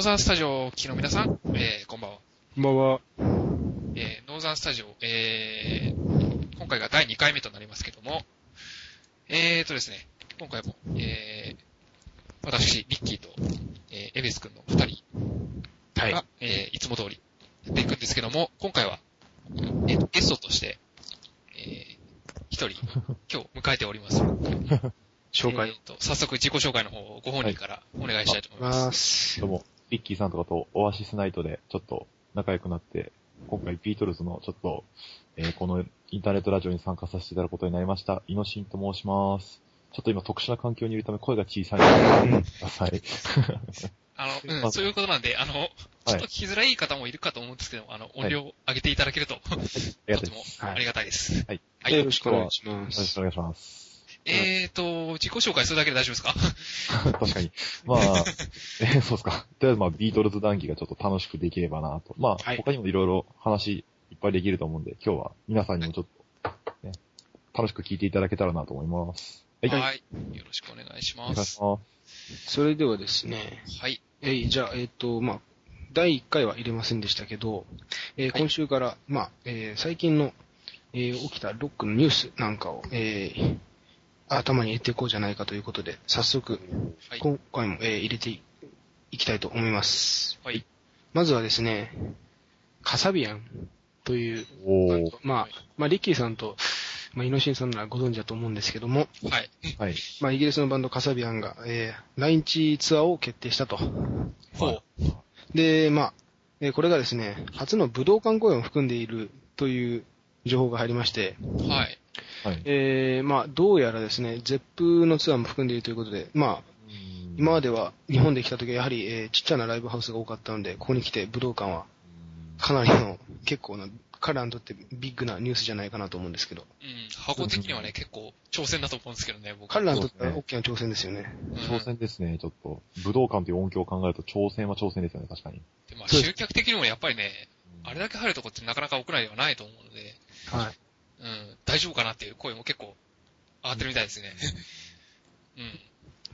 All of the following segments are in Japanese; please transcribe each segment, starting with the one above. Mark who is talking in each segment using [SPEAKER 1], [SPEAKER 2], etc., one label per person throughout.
[SPEAKER 1] ザンスタジオをお聞きの皆さん、えー、こんばんは。
[SPEAKER 2] こんばんは。
[SPEAKER 1] えー、ノーザンスタジオ、えー、今回が第2回目となりますけども、えーとですね、今回も、えー、私、ミッキーと、えー、エベス君の2人
[SPEAKER 2] は
[SPEAKER 1] が、えー、いつも通りやっていくんですけども、今回は、えーと、ゲストとして、えー、1人、今日 迎えております。
[SPEAKER 2] 紹介
[SPEAKER 1] えーと、早速自己紹介の方をご本人からお願いしたいと思います。
[SPEAKER 2] ます。
[SPEAKER 3] どうも、リッキーさんとかとオアシスナイトでちょっと仲良くなって、今回ビートルズのちょっと、えーこのインターネットラジオに参加させていただくことになりました、イノシンと申します。ちょっと今特殊な環境にいるため声が小さいので、ください。
[SPEAKER 1] あの、う
[SPEAKER 3] ま
[SPEAKER 1] ん、
[SPEAKER 3] あ
[SPEAKER 1] そういうことなんで、あの、ちょっと聞きづらい方もいるかと思うんですけど、あの、音量上げていただけると、
[SPEAKER 3] あり
[SPEAKER 1] と
[SPEAKER 3] が
[SPEAKER 1] て
[SPEAKER 3] とうござい
[SPEAKER 1] も
[SPEAKER 3] ます。
[SPEAKER 1] ありがたいです。
[SPEAKER 3] はい。
[SPEAKER 1] はい。
[SPEAKER 2] よろしくお願いしま
[SPEAKER 3] よろしく
[SPEAKER 2] す。
[SPEAKER 3] お願いします。
[SPEAKER 1] えーと、自己紹介するだけで大丈夫ですか
[SPEAKER 3] 確かに。まあ、えーそうっすか。とりあえずまあビートルズ談義がちょっと楽しくできればなと。まあ、
[SPEAKER 2] はい
[SPEAKER 3] 他にもいろいろ話いっぱいできると思うんで、今日は皆さんにもちょっと、ね、楽しく聞いていただけたらなと思います。はい。
[SPEAKER 1] はい。よろしくお願いし
[SPEAKER 3] お
[SPEAKER 1] ま
[SPEAKER 3] 願い
[SPEAKER 1] す
[SPEAKER 3] し。ます。
[SPEAKER 2] それではですね、
[SPEAKER 1] はい。
[SPEAKER 2] えーじゃあ、えっ、と、まあ、第1回は入れませんでしたけど、えー
[SPEAKER 1] はい
[SPEAKER 2] 今週から、まあ、えー最近の、えー起きたロックのニュースなんかを、えー頭に入れていこうじゃないかということで、早速、
[SPEAKER 1] はい。
[SPEAKER 2] 今回も、えー入れていいきたいと思います。
[SPEAKER 1] はい。
[SPEAKER 2] まずはですね、カサビアンという、
[SPEAKER 3] おー。
[SPEAKER 2] まあ、まあ、リッキーさんと、まあ、イノシンさんならご存知だと思うんですけども、
[SPEAKER 1] はい。
[SPEAKER 3] はい。
[SPEAKER 2] まあ、イギリスのバンドカサビアンが、えー、来日ツアーを決定したと。
[SPEAKER 1] ほう。
[SPEAKER 2] で、まあ、えーこれがですね、初の武道館公演を含んでいるという情報が入りまして、
[SPEAKER 1] はい。
[SPEAKER 3] はい。
[SPEAKER 2] えー、まあ、どうやらですね、ゼップのツアーも含んでいるということで、まあ、今ま
[SPEAKER 3] で、
[SPEAKER 2] では日本で来た時はやはり、えーちっちゃなライブハウスが多かったので、ここに来て武道館はかなりの、結構な、彼らにとってビッグなニュースじゃないかなと思うんですけど、
[SPEAKER 1] うん。箱的にはね、結構挑戦だと思うんですけどね、僕。
[SPEAKER 2] 彼らにとっては大きな挑戦ですよね。
[SPEAKER 1] うん
[SPEAKER 3] 挑戦ですね、ちょっと。武道館という音響を考えると挑戦は挑戦ですよね、確かに。
[SPEAKER 1] でまあ、
[SPEAKER 2] そうです
[SPEAKER 1] 集客的にもやっぱりね、あれだけ入るとこってなかなか屋内ではないと思うので、
[SPEAKER 2] はい。
[SPEAKER 1] うん、大丈夫かなっていう声も結構上がってるみたいです ね。うん。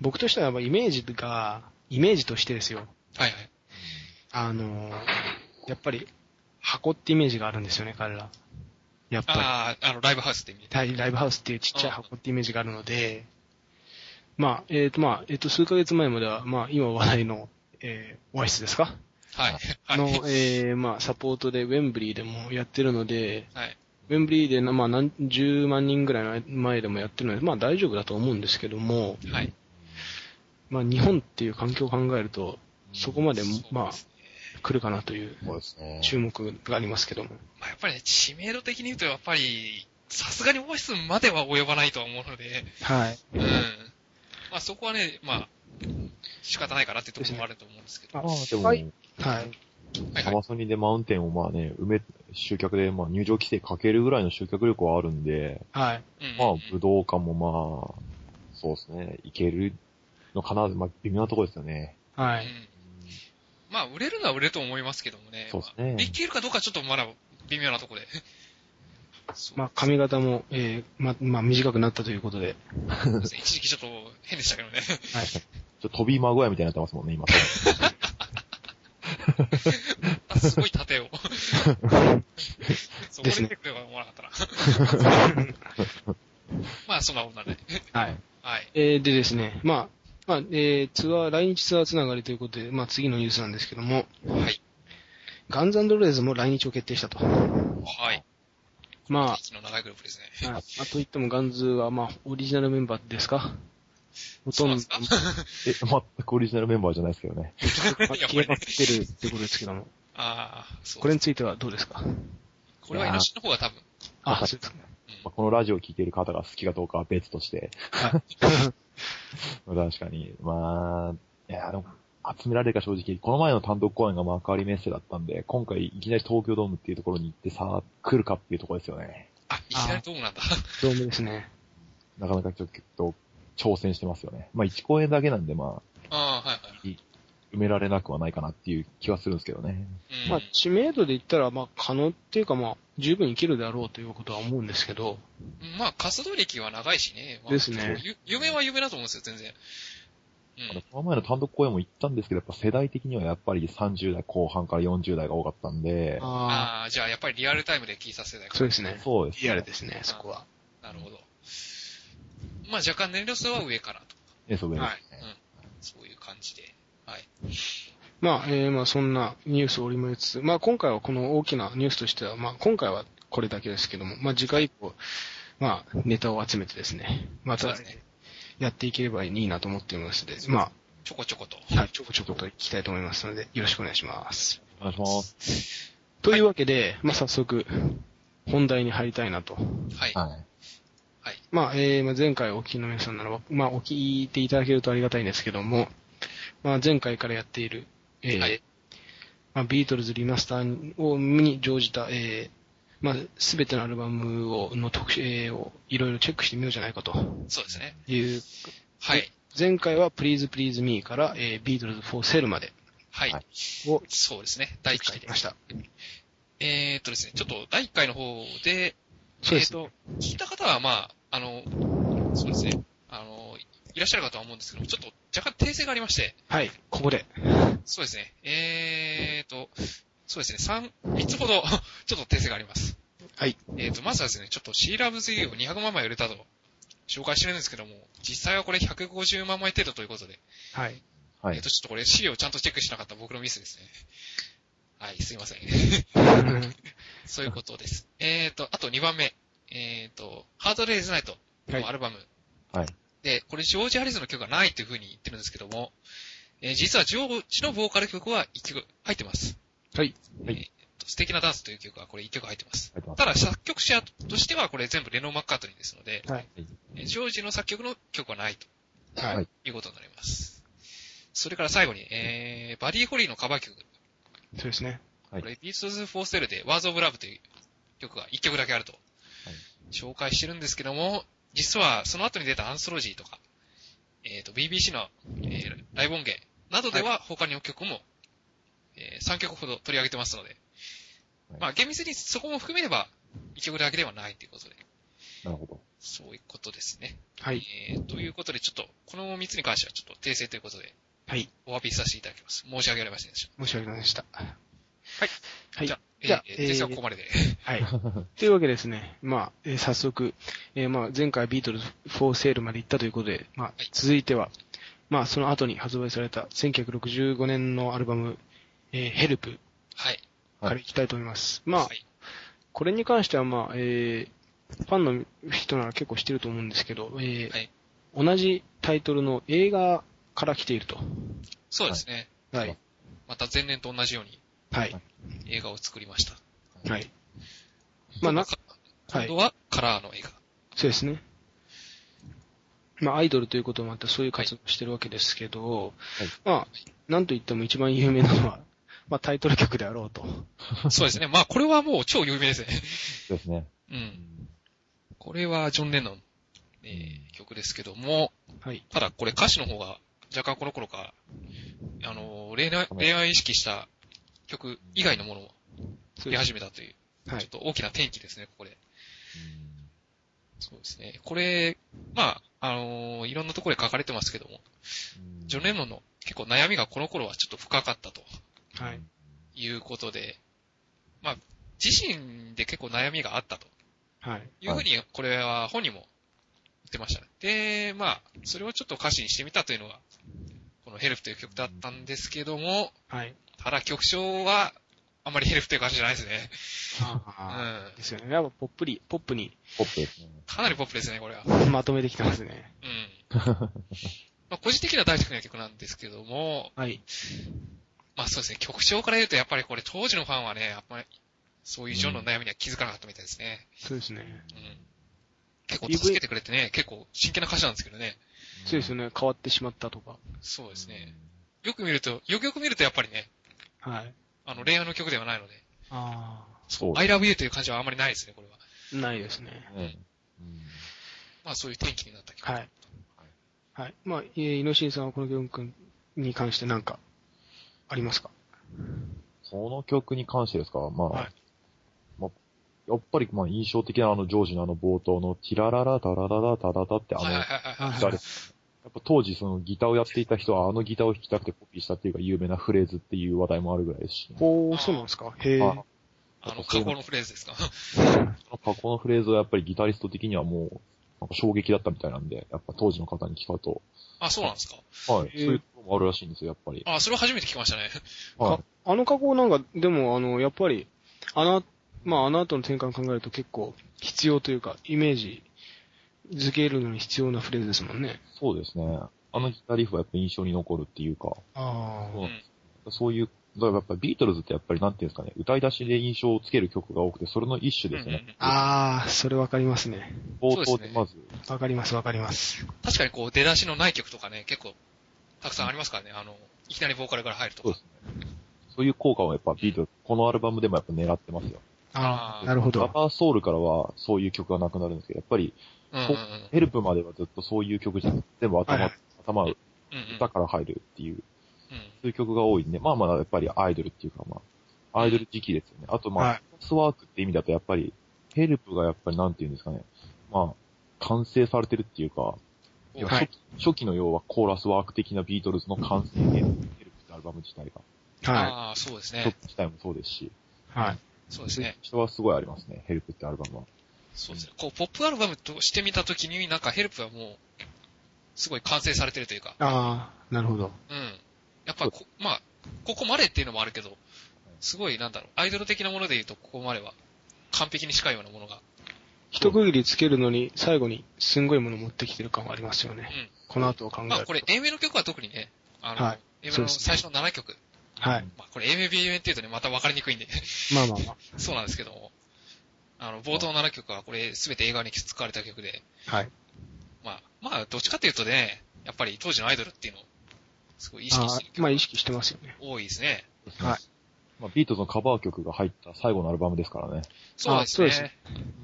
[SPEAKER 2] 僕としてはやっぱイメージが、イメージとしてですよ。
[SPEAKER 1] はいはい。
[SPEAKER 2] あのー、やっぱり箱ってイメージがあるんですよね、彼ら。やっぱ
[SPEAKER 1] ああ、あの、ライブハウスって意味
[SPEAKER 2] り。
[SPEAKER 1] で。
[SPEAKER 2] ライライブハウスっていうちっちゃい箱ってイメージがあるので、まあ、えっ、とまあ、えっ、と、数ヶ月前までは、まあ、今話題の、えー、オアシスですか
[SPEAKER 1] はい。 はい。
[SPEAKER 2] の、えー、まあ、サポートでウェンブリーでもやってるので、
[SPEAKER 1] はい。
[SPEAKER 2] ウェンブリーでな、まあ、何、10万人ぐらいの前でもやってるので、まあ、大丈夫だと思うんですけども、
[SPEAKER 1] はい。
[SPEAKER 2] まあ、日本っていう環境を考えると、そこまで、まあ
[SPEAKER 1] そうです、
[SPEAKER 2] 来るかなという
[SPEAKER 3] そうですね。
[SPEAKER 2] 注目がありますけども。
[SPEAKER 1] まあ、やっぱりね、知名度的に言うと、やっぱり、さすがにオフィスまでは及ばないとは思うので、
[SPEAKER 2] はい。
[SPEAKER 1] うん。まあ、そこはね、まあ、仕方ないかなっていうところもあると思うんですけど。
[SPEAKER 2] まあ
[SPEAKER 3] まあ、でも、
[SPEAKER 2] はい。はい。
[SPEAKER 1] はい
[SPEAKER 3] サ
[SPEAKER 1] はい。
[SPEAKER 3] マソニでマウンテンをまあね、埋め、集客で、まあ入場規制かけるぐらいの集客力はあるんで、
[SPEAKER 2] はい。
[SPEAKER 1] うん
[SPEAKER 3] まあ武道館もまあ、そうですね、いけるのかな、まあ微妙なとこですよね。
[SPEAKER 2] は
[SPEAKER 1] う
[SPEAKER 2] い。
[SPEAKER 1] んまあ、売れるのは売れると思いますけどもね。
[SPEAKER 3] そうですね
[SPEAKER 1] まあできるかどうかちょっとまだ微妙なところで。
[SPEAKER 2] まあ、髪型も、えー、ま、まあ、短くなったということで。
[SPEAKER 1] そうですね一時期ちょっと変でしたけどね。
[SPEAKER 2] はい。
[SPEAKER 3] ちょっと飛び孫やみたいになってますも んね、今。
[SPEAKER 1] あすごい盾を。 そこで出てくれば思わなかったな。 まあ、そんなもんなんで。
[SPEAKER 2] はい。
[SPEAKER 1] はい。
[SPEAKER 2] えー、でですね、まあ、まあ、えー、ツアー、来日ツアーつながりということで、まあ、次のニュースなんですけども、
[SPEAKER 1] はい。
[SPEAKER 2] ガンザンドレーズも来日を決定したと。
[SPEAKER 1] はい。
[SPEAKER 2] ま
[SPEAKER 1] 息の長いグループですね。
[SPEAKER 2] あ、はい、まあ、といってもガンズは、まあ、オリジナルメンバーですかほとんど、ま
[SPEAKER 1] そう
[SPEAKER 3] え、全くオリジナルメンバーじゃないですけどね。
[SPEAKER 2] あ
[SPEAKER 1] いや
[SPEAKER 2] 消えまくってるってことですけども、
[SPEAKER 1] ああ、そう。
[SPEAKER 2] こ
[SPEAKER 1] こ
[SPEAKER 2] れ
[SPEAKER 1] れ
[SPEAKER 2] についてはどうですか
[SPEAKER 1] これはイノシシの方が多分。
[SPEAKER 2] あ、そうですか。
[SPEAKER 3] まあ、このラジオを聞いている方が好きかどうかは別として。
[SPEAKER 2] はい。
[SPEAKER 3] 確かに。まあ、いや、でも、集められるか正直。この前の単独公演が幕張メッセだったんで、今回いきなり東京ドームっていうところに行ってさあ、来るかっていうところですよね。
[SPEAKER 1] あ、いきなりどうなん だ。
[SPEAKER 2] ドームですね。
[SPEAKER 3] なかなかちょっと挑戦してますよね。まあ1公演だけなんで、まあ、
[SPEAKER 1] ああ、はい
[SPEAKER 3] 埋められなくはないかなっていう気はするんですけどね。
[SPEAKER 1] はい。
[SPEAKER 2] ま
[SPEAKER 1] う
[SPEAKER 2] あ
[SPEAKER 1] ん、。
[SPEAKER 2] 知名度で言ったら、まあ、可能っていうか、まあ、十分生きるだろうということは思うんですけど、
[SPEAKER 1] まあ、活動歴は長いしね。まあ
[SPEAKER 2] ですね
[SPEAKER 1] ゆ夢は夢だと思うんですよ、全然。うん
[SPEAKER 3] あの、この前の単独公演も行ったんですけど、やっぱ世代的にはやっぱり30代後半から40代が多かったんで、
[SPEAKER 2] ああ、
[SPEAKER 1] ああ、じゃあやっぱりリアルタイムで聞いさせないから。
[SPEAKER 2] そうですね。
[SPEAKER 3] そうです
[SPEAKER 2] リア
[SPEAKER 3] ね。
[SPEAKER 2] ルですね、そこは。
[SPEAKER 1] なるほど。まあ若干年齢層は上から
[SPEAKER 3] えそう
[SPEAKER 1] と。
[SPEAKER 3] ですね
[SPEAKER 1] はい。うん。そういう感じで。はい。
[SPEAKER 2] まあ、えーまあ、そんなニュースを織り交えつつ、まあ、今回はこの大きなニュースとしては、まあ、今回はこれだけですけども、まあ、次回以降、まあ、ネタを集めてですね、ま
[SPEAKER 1] そう
[SPEAKER 2] た
[SPEAKER 1] ですね。
[SPEAKER 2] やっていければいいなと思っていますので、ま
[SPEAKER 1] ちょこちょこと。
[SPEAKER 2] あ、はい、ちょこちょこといきたいと思いますので、よろしくお願いします。
[SPEAKER 3] お願いします。
[SPEAKER 2] というわけで、まあ、早速、本題に入りたいなと。
[SPEAKER 1] はい。
[SPEAKER 3] はい。
[SPEAKER 2] まあ、えーまあ、前回お聞きの皆さんならば、まあ、お聞いていただけるとありがたいんですけども、まあ、前回からやっている、えー
[SPEAKER 1] はい
[SPEAKER 2] まあ、ビートルズリマスターをに乗じた、えーまあ、すべてのアルバムを、の特集、えーをいろいろチェックしてみようじゃないかと
[SPEAKER 1] そうですね。
[SPEAKER 2] いう、
[SPEAKER 1] はい。
[SPEAKER 2] 前回は Please Please Me から、えービートルズ for Sale まで
[SPEAKER 1] はい
[SPEAKER 3] はい。
[SPEAKER 2] を
[SPEAKER 1] そうですね。
[SPEAKER 2] チ
[SPEAKER 1] 第
[SPEAKER 2] ェッ
[SPEAKER 1] 1
[SPEAKER 2] クして
[SPEAKER 1] 回
[SPEAKER 2] き
[SPEAKER 1] で
[SPEAKER 2] ま。した。
[SPEAKER 1] えーっとですね、ちょっと第1回の方で、
[SPEAKER 2] そうです
[SPEAKER 1] えーっと、聞いた方は、まあ、あの、そうですね、あの、いらっしゃるかとは思うんですけども、ちょっと若干訂正がありまして、
[SPEAKER 2] はい、ここで。
[SPEAKER 1] そうですね、えーっと、そうですね、3、三つほど、 ちょっと訂正があります。
[SPEAKER 2] はい。
[SPEAKER 1] えーっと、まずはですね、ちょっと C ラブズユーを200万枚売れたと紹介してるんですけども、実際はこれ150万枚程度ということで、
[SPEAKER 2] はい。
[SPEAKER 3] は
[SPEAKER 1] えー
[SPEAKER 3] い
[SPEAKER 1] っと、。ちょっとこれ資料をちゃんとチェックしなかった僕のミスですね。はい、すいません。 そういうことです。えっ、と、あと2番目。えっ、と、ハードレイズナイト
[SPEAKER 2] は
[SPEAKER 1] のア
[SPEAKER 2] い。
[SPEAKER 1] ルバム。
[SPEAKER 3] はい。
[SPEAKER 1] で、これジョージ・ハリスの曲がないというふうに言ってるんですけども、えー実はジョージのボーカル曲は1曲入ってます。
[SPEAKER 2] はい。
[SPEAKER 3] はい
[SPEAKER 1] えーと素敵なダンスという曲はこれ1曲入ってます。
[SPEAKER 3] 書いてます
[SPEAKER 1] ただ作曲者としてはこれ全部レノン・マッカートニーですので、
[SPEAKER 2] はい
[SPEAKER 1] えージョージの作曲の曲はないと
[SPEAKER 2] は
[SPEAKER 3] はいい。
[SPEAKER 1] いうことになります。それから最後に、えー、バディ・ホリーのカバー曲。
[SPEAKER 2] そうですね。
[SPEAKER 3] はい
[SPEAKER 1] これ、ビートズ・フォーセルで、ワーズ・オブ・ラブという曲が1曲だけあると、紹介してるんですけども、実はその後に出たアンソロジーとか、えっ、と、BBC の、えーライブ音源などでは他の曲も、え3曲ほど取り上げてますので、
[SPEAKER 3] はい
[SPEAKER 1] まあ厳密にそこも含めれば1曲だけではないということで、
[SPEAKER 3] なるほど。
[SPEAKER 1] そういうことですね。
[SPEAKER 2] はい。
[SPEAKER 1] えー、ということで、ちょっと、この3つに関してはちょっと訂正ということで、
[SPEAKER 2] はい。
[SPEAKER 1] お詫びさせていただきます。申し訳ありませんでした。
[SPEAKER 2] 申し訳ございませんでした。はい
[SPEAKER 1] じゃあ、え
[SPEAKER 2] じゃあ
[SPEAKER 1] ー
[SPEAKER 2] えー
[SPEAKER 1] 訂正はここまでで。
[SPEAKER 2] はい。というわけでですね、まあ、えー早速、えーまあ、前回ビートルズ4セールまで行ったということで、まあ
[SPEAKER 1] い、
[SPEAKER 2] 続いては、まあ、その後に発売された1965年のアルバム、えー、ヘルプ
[SPEAKER 1] はい。
[SPEAKER 2] から行きたいと思います。まあ
[SPEAKER 1] は、い
[SPEAKER 2] これに関しては、まあ、えーファンの人なら結構知ってると思うんですけど、えー
[SPEAKER 1] はい
[SPEAKER 2] 同じタイトルの映画から来ていると。
[SPEAKER 1] そうですね。
[SPEAKER 2] はい。
[SPEAKER 1] また前年と同じように
[SPEAKER 2] はい。
[SPEAKER 1] 映画を作りました。
[SPEAKER 2] はい。まあ、な、
[SPEAKER 1] か今
[SPEAKER 2] はい
[SPEAKER 1] 度。はカラーの映 画。
[SPEAKER 2] そうですね。まあ、アイドルということもあって、そういう活動をしてるわけですけど、
[SPEAKER 3] い
[SPEAKER 2] まあ、なんといっても一番有名なのは、まあ、タイトル曲であろうと。
[SPEAKER 1] そうですね。まあこれはもう超有名ですね。
[SPEAKER 3] そうですね。
[SPEAKER 1] うん。これはジョン・レノン、えー曲ですけども、
[SPEAKER 2] はい。
[SPEAKER 1] ただこれ歌詞の方が若干この頃から、あのー、恋愛恋愛を意識した曲以外のものを
[SPEAKER 2] そ
[SPEAKER 1] 出
[SPEAKER 2] うです
[SPEAKER 1] 始めたという、
[SPEAKER 2] は
[SPEAKER 1] ちょっ
[SPEAKER 2] い。
[SPEAKER 1] と大きな転機ですね、ここで。そうですね。これ、まあ、あのー、いろんなところで書かれてますけども、ジョン・レノンの結構悩みがこの頃はちょっと深かったと。
[SPEAKER 2] はい。
[SPEAKER 1] いうことで、まあ、自身で結構悩みがあったと
[SPEAKER 2] はい。
[SPEAKER 1] いうふうに、これは本人も言ってましたね。で、まあ、それをちょっと歌詞にしてみたというのが、このヘルプという曲だったんですけども、
[SPEAKER 2] はい。
[SPEAKER 1] ただ曲調は、あんまりヘルプという感じじゃないですね。う
[SPEAKER 2] あ
[SPEAKER 1] ん
[SPEAKER 2] あ。。ですよね。やっぱポップリ、ポップに
[SPEAKER 3] ポップですね。
[SPEAKER 1] かなりポップですね、これは。 うん。
[SPEAKER 2] まとめてきてますね。
[SPEAKER 1] まあ、個人的には大好きな曲なんですけども、
[SPEAKER 2] はい。
[SPEAKER 1] まあそうですね、曲調から言うと、やっぱりこれ当時のファンはね、あんまり、そういうジョンの悩みには気づかなかったみたいですね。
[SPEAKER 2] そうですね。
[SPEAKER 1] うん結構助けてくれてね、結構真剣な歌詞なんですけどね。
[SPEAKER 2] そうですよ
[SPEAKER 3] ね。
[SPEAKER 2] ね。変わってしまったとか。
[SPEAKER 1] そうですね。よく見ると、よくよく見るとやっぱりね、
[SPEAKER 2] はい。
[SPEAKER 1] あの恋愛の曲ではないので、
[SPEAKER 2] あ
[SPEAKER 3] そうで
[SPEAKER 1] I love you という感じはあんまりないですね、これは。
[SPEAKER 2] あ。ないですね。
[SPEAKER 3] すね。うん
[SPEAKER 1] まあそういう転機になった曲。
[SPEAKER 2] はい。はい。まあ、えー、イノシンさんはこの曲に関して何かありますか
[SPEAKER 3] この曲に関してですかまあ、
[SPEAKER 2] はい
[SPEAKER 3] まあやっぱりまあ印象的なあのジョージのあの冒頭のティラララタラララタラタってあ
[SPEAKER 1] はいはいは
[SPEAKER 3] の
[SPEAKER 1] いはい。
[SPEAKER 3] 歌です。 やっぱ当時そのギターをやっていた人はあのギターを弾きたくてコピーしたっていうか有名なフレーズっていう話題もあるぐらいですし、
[SPEAKER 2] おー、そうなんですかへ
[SPEAKER 3] あ
[SPEAKER 2] ー。
[SPEAKER 1] あの、
[SPEAKER 3] あそう
[SPEAKER 1] 過
[SPEAKER 3] いうの
[SPEAKER 1] 去のフレーズですか。
[SPEAKER 3] 過去のフレーズはやっぱりギタリスト的にはもう、なんか衝撃だったみたいなんで、やっぱ当時の方に聞くと、
[SPEAKER 1] あ、そうなんですか。
[SPEAKER 3] はい、
[SPEAKER 2] へえ
[SPEAKER 3] そういうところもあるらしいんですよ、やっぱり。
[SPEAKER 1] あ、それは初めて聞きましたね。
[SPEAKER 3] はい、
[SPEAKER 2] あの加工なんか、でも、あの、やっぱり、あの、まあ、あの後の転換考えると結構必要というか、イメージ付けるのに必要なフレーズですもんね。
[SPEAKER 3] そうですね。あのギターリフはやっぱ印象に残るっていうか、
[SPEAKER 2] あ
[SPEAKER 1] う
[SPEAKER 3] うんん。そういう、だからやっぱビートルズってやっぱりなんていうんですかね、歌い出しで印象をつける曲が多くて、それの一種ですよね。
[SPEAKER 1] うんうんうん
[SPEAKER 2] あー、それわかりますね。
[SPEAKER 1] そう
[SPEAKER 3] 冒
[SPEAKER 1] です
[SPEAKER 3] 頭
[SPEAKER 1] ね
[SPEAKER 3] でまず、
[SPEAKER 2] わかります、わかります。
[SPEAKER 1] 確かにこう、出だしのない曲とかね、結構、たくさんありますからね。あの、いきなりボーカルから入ると
[SPEAKER 3] そう
[SPEAKER 1] か
[SPEAKER 3] で。すね。そういう効果をやっぱビートルズ、このアルバムでもやっぱ狙ってますよ。
[SPEAKER 1] あー
[SPEAKER 2] なるほ
[SPEAKER 3] ラ
[SPEAKER 2] ど。
[SPEAKER 3] バーソウルからはそういう曲がなくなるんですけど、やっぱり
[SPEAKER 1] うんうんうん。
[SPEAKER 3] ヘルプまではずっとそういう曲じゃなくて、全部頭、
[SPEAKER 2] はい
[SPEAKER 3] 頭、
[SPEAKER 1] うんうん
[SPEAKER 3] 歌から入るっていう、
[SPEAKER 1] うん
[SPEAKER 3] そういう曲が多いんで、まあまあやっぱりアイドルっていうかまあ、アイドル時期ですよね。あとまあ、
[SPEAKER 2] はい
[SPEAKER 3] スワークって意味だとやっぱり、ヘルプがやっぱりなんていうんですかね、まあ、完成されてるっていうか、いや
[SPEAKER 2] は
[SPEAKER 3] 初
[SPEAKER 2] い
[SPEAKER 3] 期初期の要はコーラスワーク的なビートルズの完成形、ヘルプってアルバム自体が、
[SPEAKER 2] は
[SPEAKER 1] ああ、そうです
[SPEAKER 3] 曲
[SPEAKER 1] ね。
[SPEAKER 3] 自体もそうですし、
[SPEAKER 2] い。はい。
[SPEAKER 1] そうですね。
[SPEAKER 3] 人はすごいありますね、ヘルプってアルバムは。
[SPEAKER 1] そうですね。こう、ポップアルバムとしてみたときに、なんかヘルプはもう、すごい完成されてるというか、
[SPEAKER 2] あー、なるほど。
[SPEAKER 1] うん。やっぱこ、まあ、ここまでっていうのもあるけど、すごい、なんだろう、アイドル的なもので言うと、ここまでは、完璧に近いようなものが、
[SPEAKER 2] 一区切りつけるのに、最後にすんごいもの持ってきてる感はありますよ
[SPEAKER 1] う
[SPEAKER 2] ね。
[SPEAKER 1] ん。
[SPEAKER 2] この後を考えると。
[SPEAKER 1] まあ、これ、A メの曲は特にね、あの、
[SPEAKER 2] はい
[SPEAKER 1] A メ
[SPEAKER 2] そう
[SPEAKER 1] の
[SPEAKER 2] です
[SPEAKER 1] 最
[SPEAKER 2] ね
[SPEAKER 1] 初の7曲、
[SPEAKER 2] はい。
[SPEAKER 1] まあ、これ A 面 B 面っていうとね、また分かりにくいんで、
[SPEAKER 2] まあまあま
[SPEAKER 1] そうなんですけども、あの、冒頭の7曲は、これ、すべて映画に使われた曲で、
[SPEAKER 2] あ。はい。
[SPEAKER 1] まあ、まあ、どっちかというとね、やっぱり当時のアイドルっていうのを、すごい意識
[SPEAKER 2] あ
[SPEAKER 1] してる
[SPEAKER 2] ー
[SPEAKER 1] 曲
[SPEAKER 2] まあ
[SPEAKER 1] が
[SPEAKER 2] 意識してますよね。
[SPEAKER 1] 多いですね。
[SPEAKER 2] はい。
[SPEAKER 3] まあ、ビートルズのカバー曲が入った最後のアルバムですからね。
[SPEAKER 1] そうですね。
[SPEAKER 2] あそうで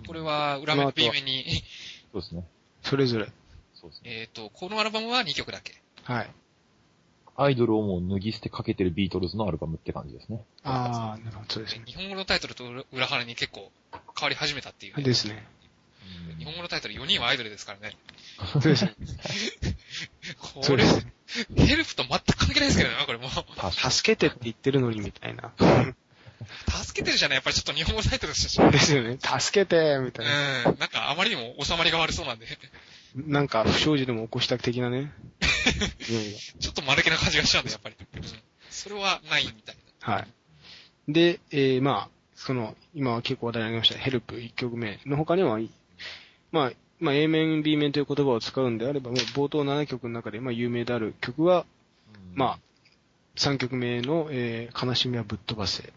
[SPEAKER 1] これは、裏面
[SPEAKER 2] まああ
[SPEAKER 1] と
[SPEAKER 2] とは
[SPEAKER 1] B 面に、
[SPEAKER 3] そうですね。
[SPEAKER 2] それぞれ。
[SPEAKER 3] そうですね。
[SPEAKER 1] えっと、このアルバムは2曲だけ。
[SPEAKER 2] はい。
[SPEAKER 3] アイドルをもう脱ぎ捨てかけてるビートルズのアルバムって感じですね。
[SPEAKER 2] ああ、なるほど、そうですね。
[SPEAKER 1] 日本語のタイトルと裏裏腹に結構変わり始めたっていうね。
[SPEAKER 2] ですね。
[SPEAKER 1] 日本語のタイトル4人はアイドルですからね。
[SPEAKER 2] そうですね。そ
[SPEAKER 1] こ
[SPEAKER 2] う
[SPEAKER 1] れ
[SPEAKER 2] で、すね。
[SPEAKER 1] ヘルプと全く関係ないですけどね、これ もう。
[SPEAKER 3] 確か
[SPEAKER 2] 助けてって言ってるのにみたいな。
[SPEAKER 1] 助けてるじゃないやっぱりちょっと日本語タイトルとしてし。
[SPEAKER 2] ですよね。助けてみたいな。
[SPEAKER 1] うん。なんかあまりにも収まりが悪そうなんで、
[SPEAKER 2] なんか、不祥事でも起こした的なね。匂い
[SPEAKER 1] ちょっと丸気な感じがしちゃうんで、やっぱり。うんそれはないみたい
[SPEAKER 2] がはい。で、えー、まあ、その、今は結構話題になりました、ヘルプ1曲目の他には、まあ、まあ、A 面、B 面という言葉を使うんであれば、もう冒頭7曲の中で、まあ、有名である曲は、
[SPEAKER 3] に
[SPEAKER 2] まあ、3曲目の、えー、悲しみはぶっ飛ばせ。
[SPEAKER 1] な。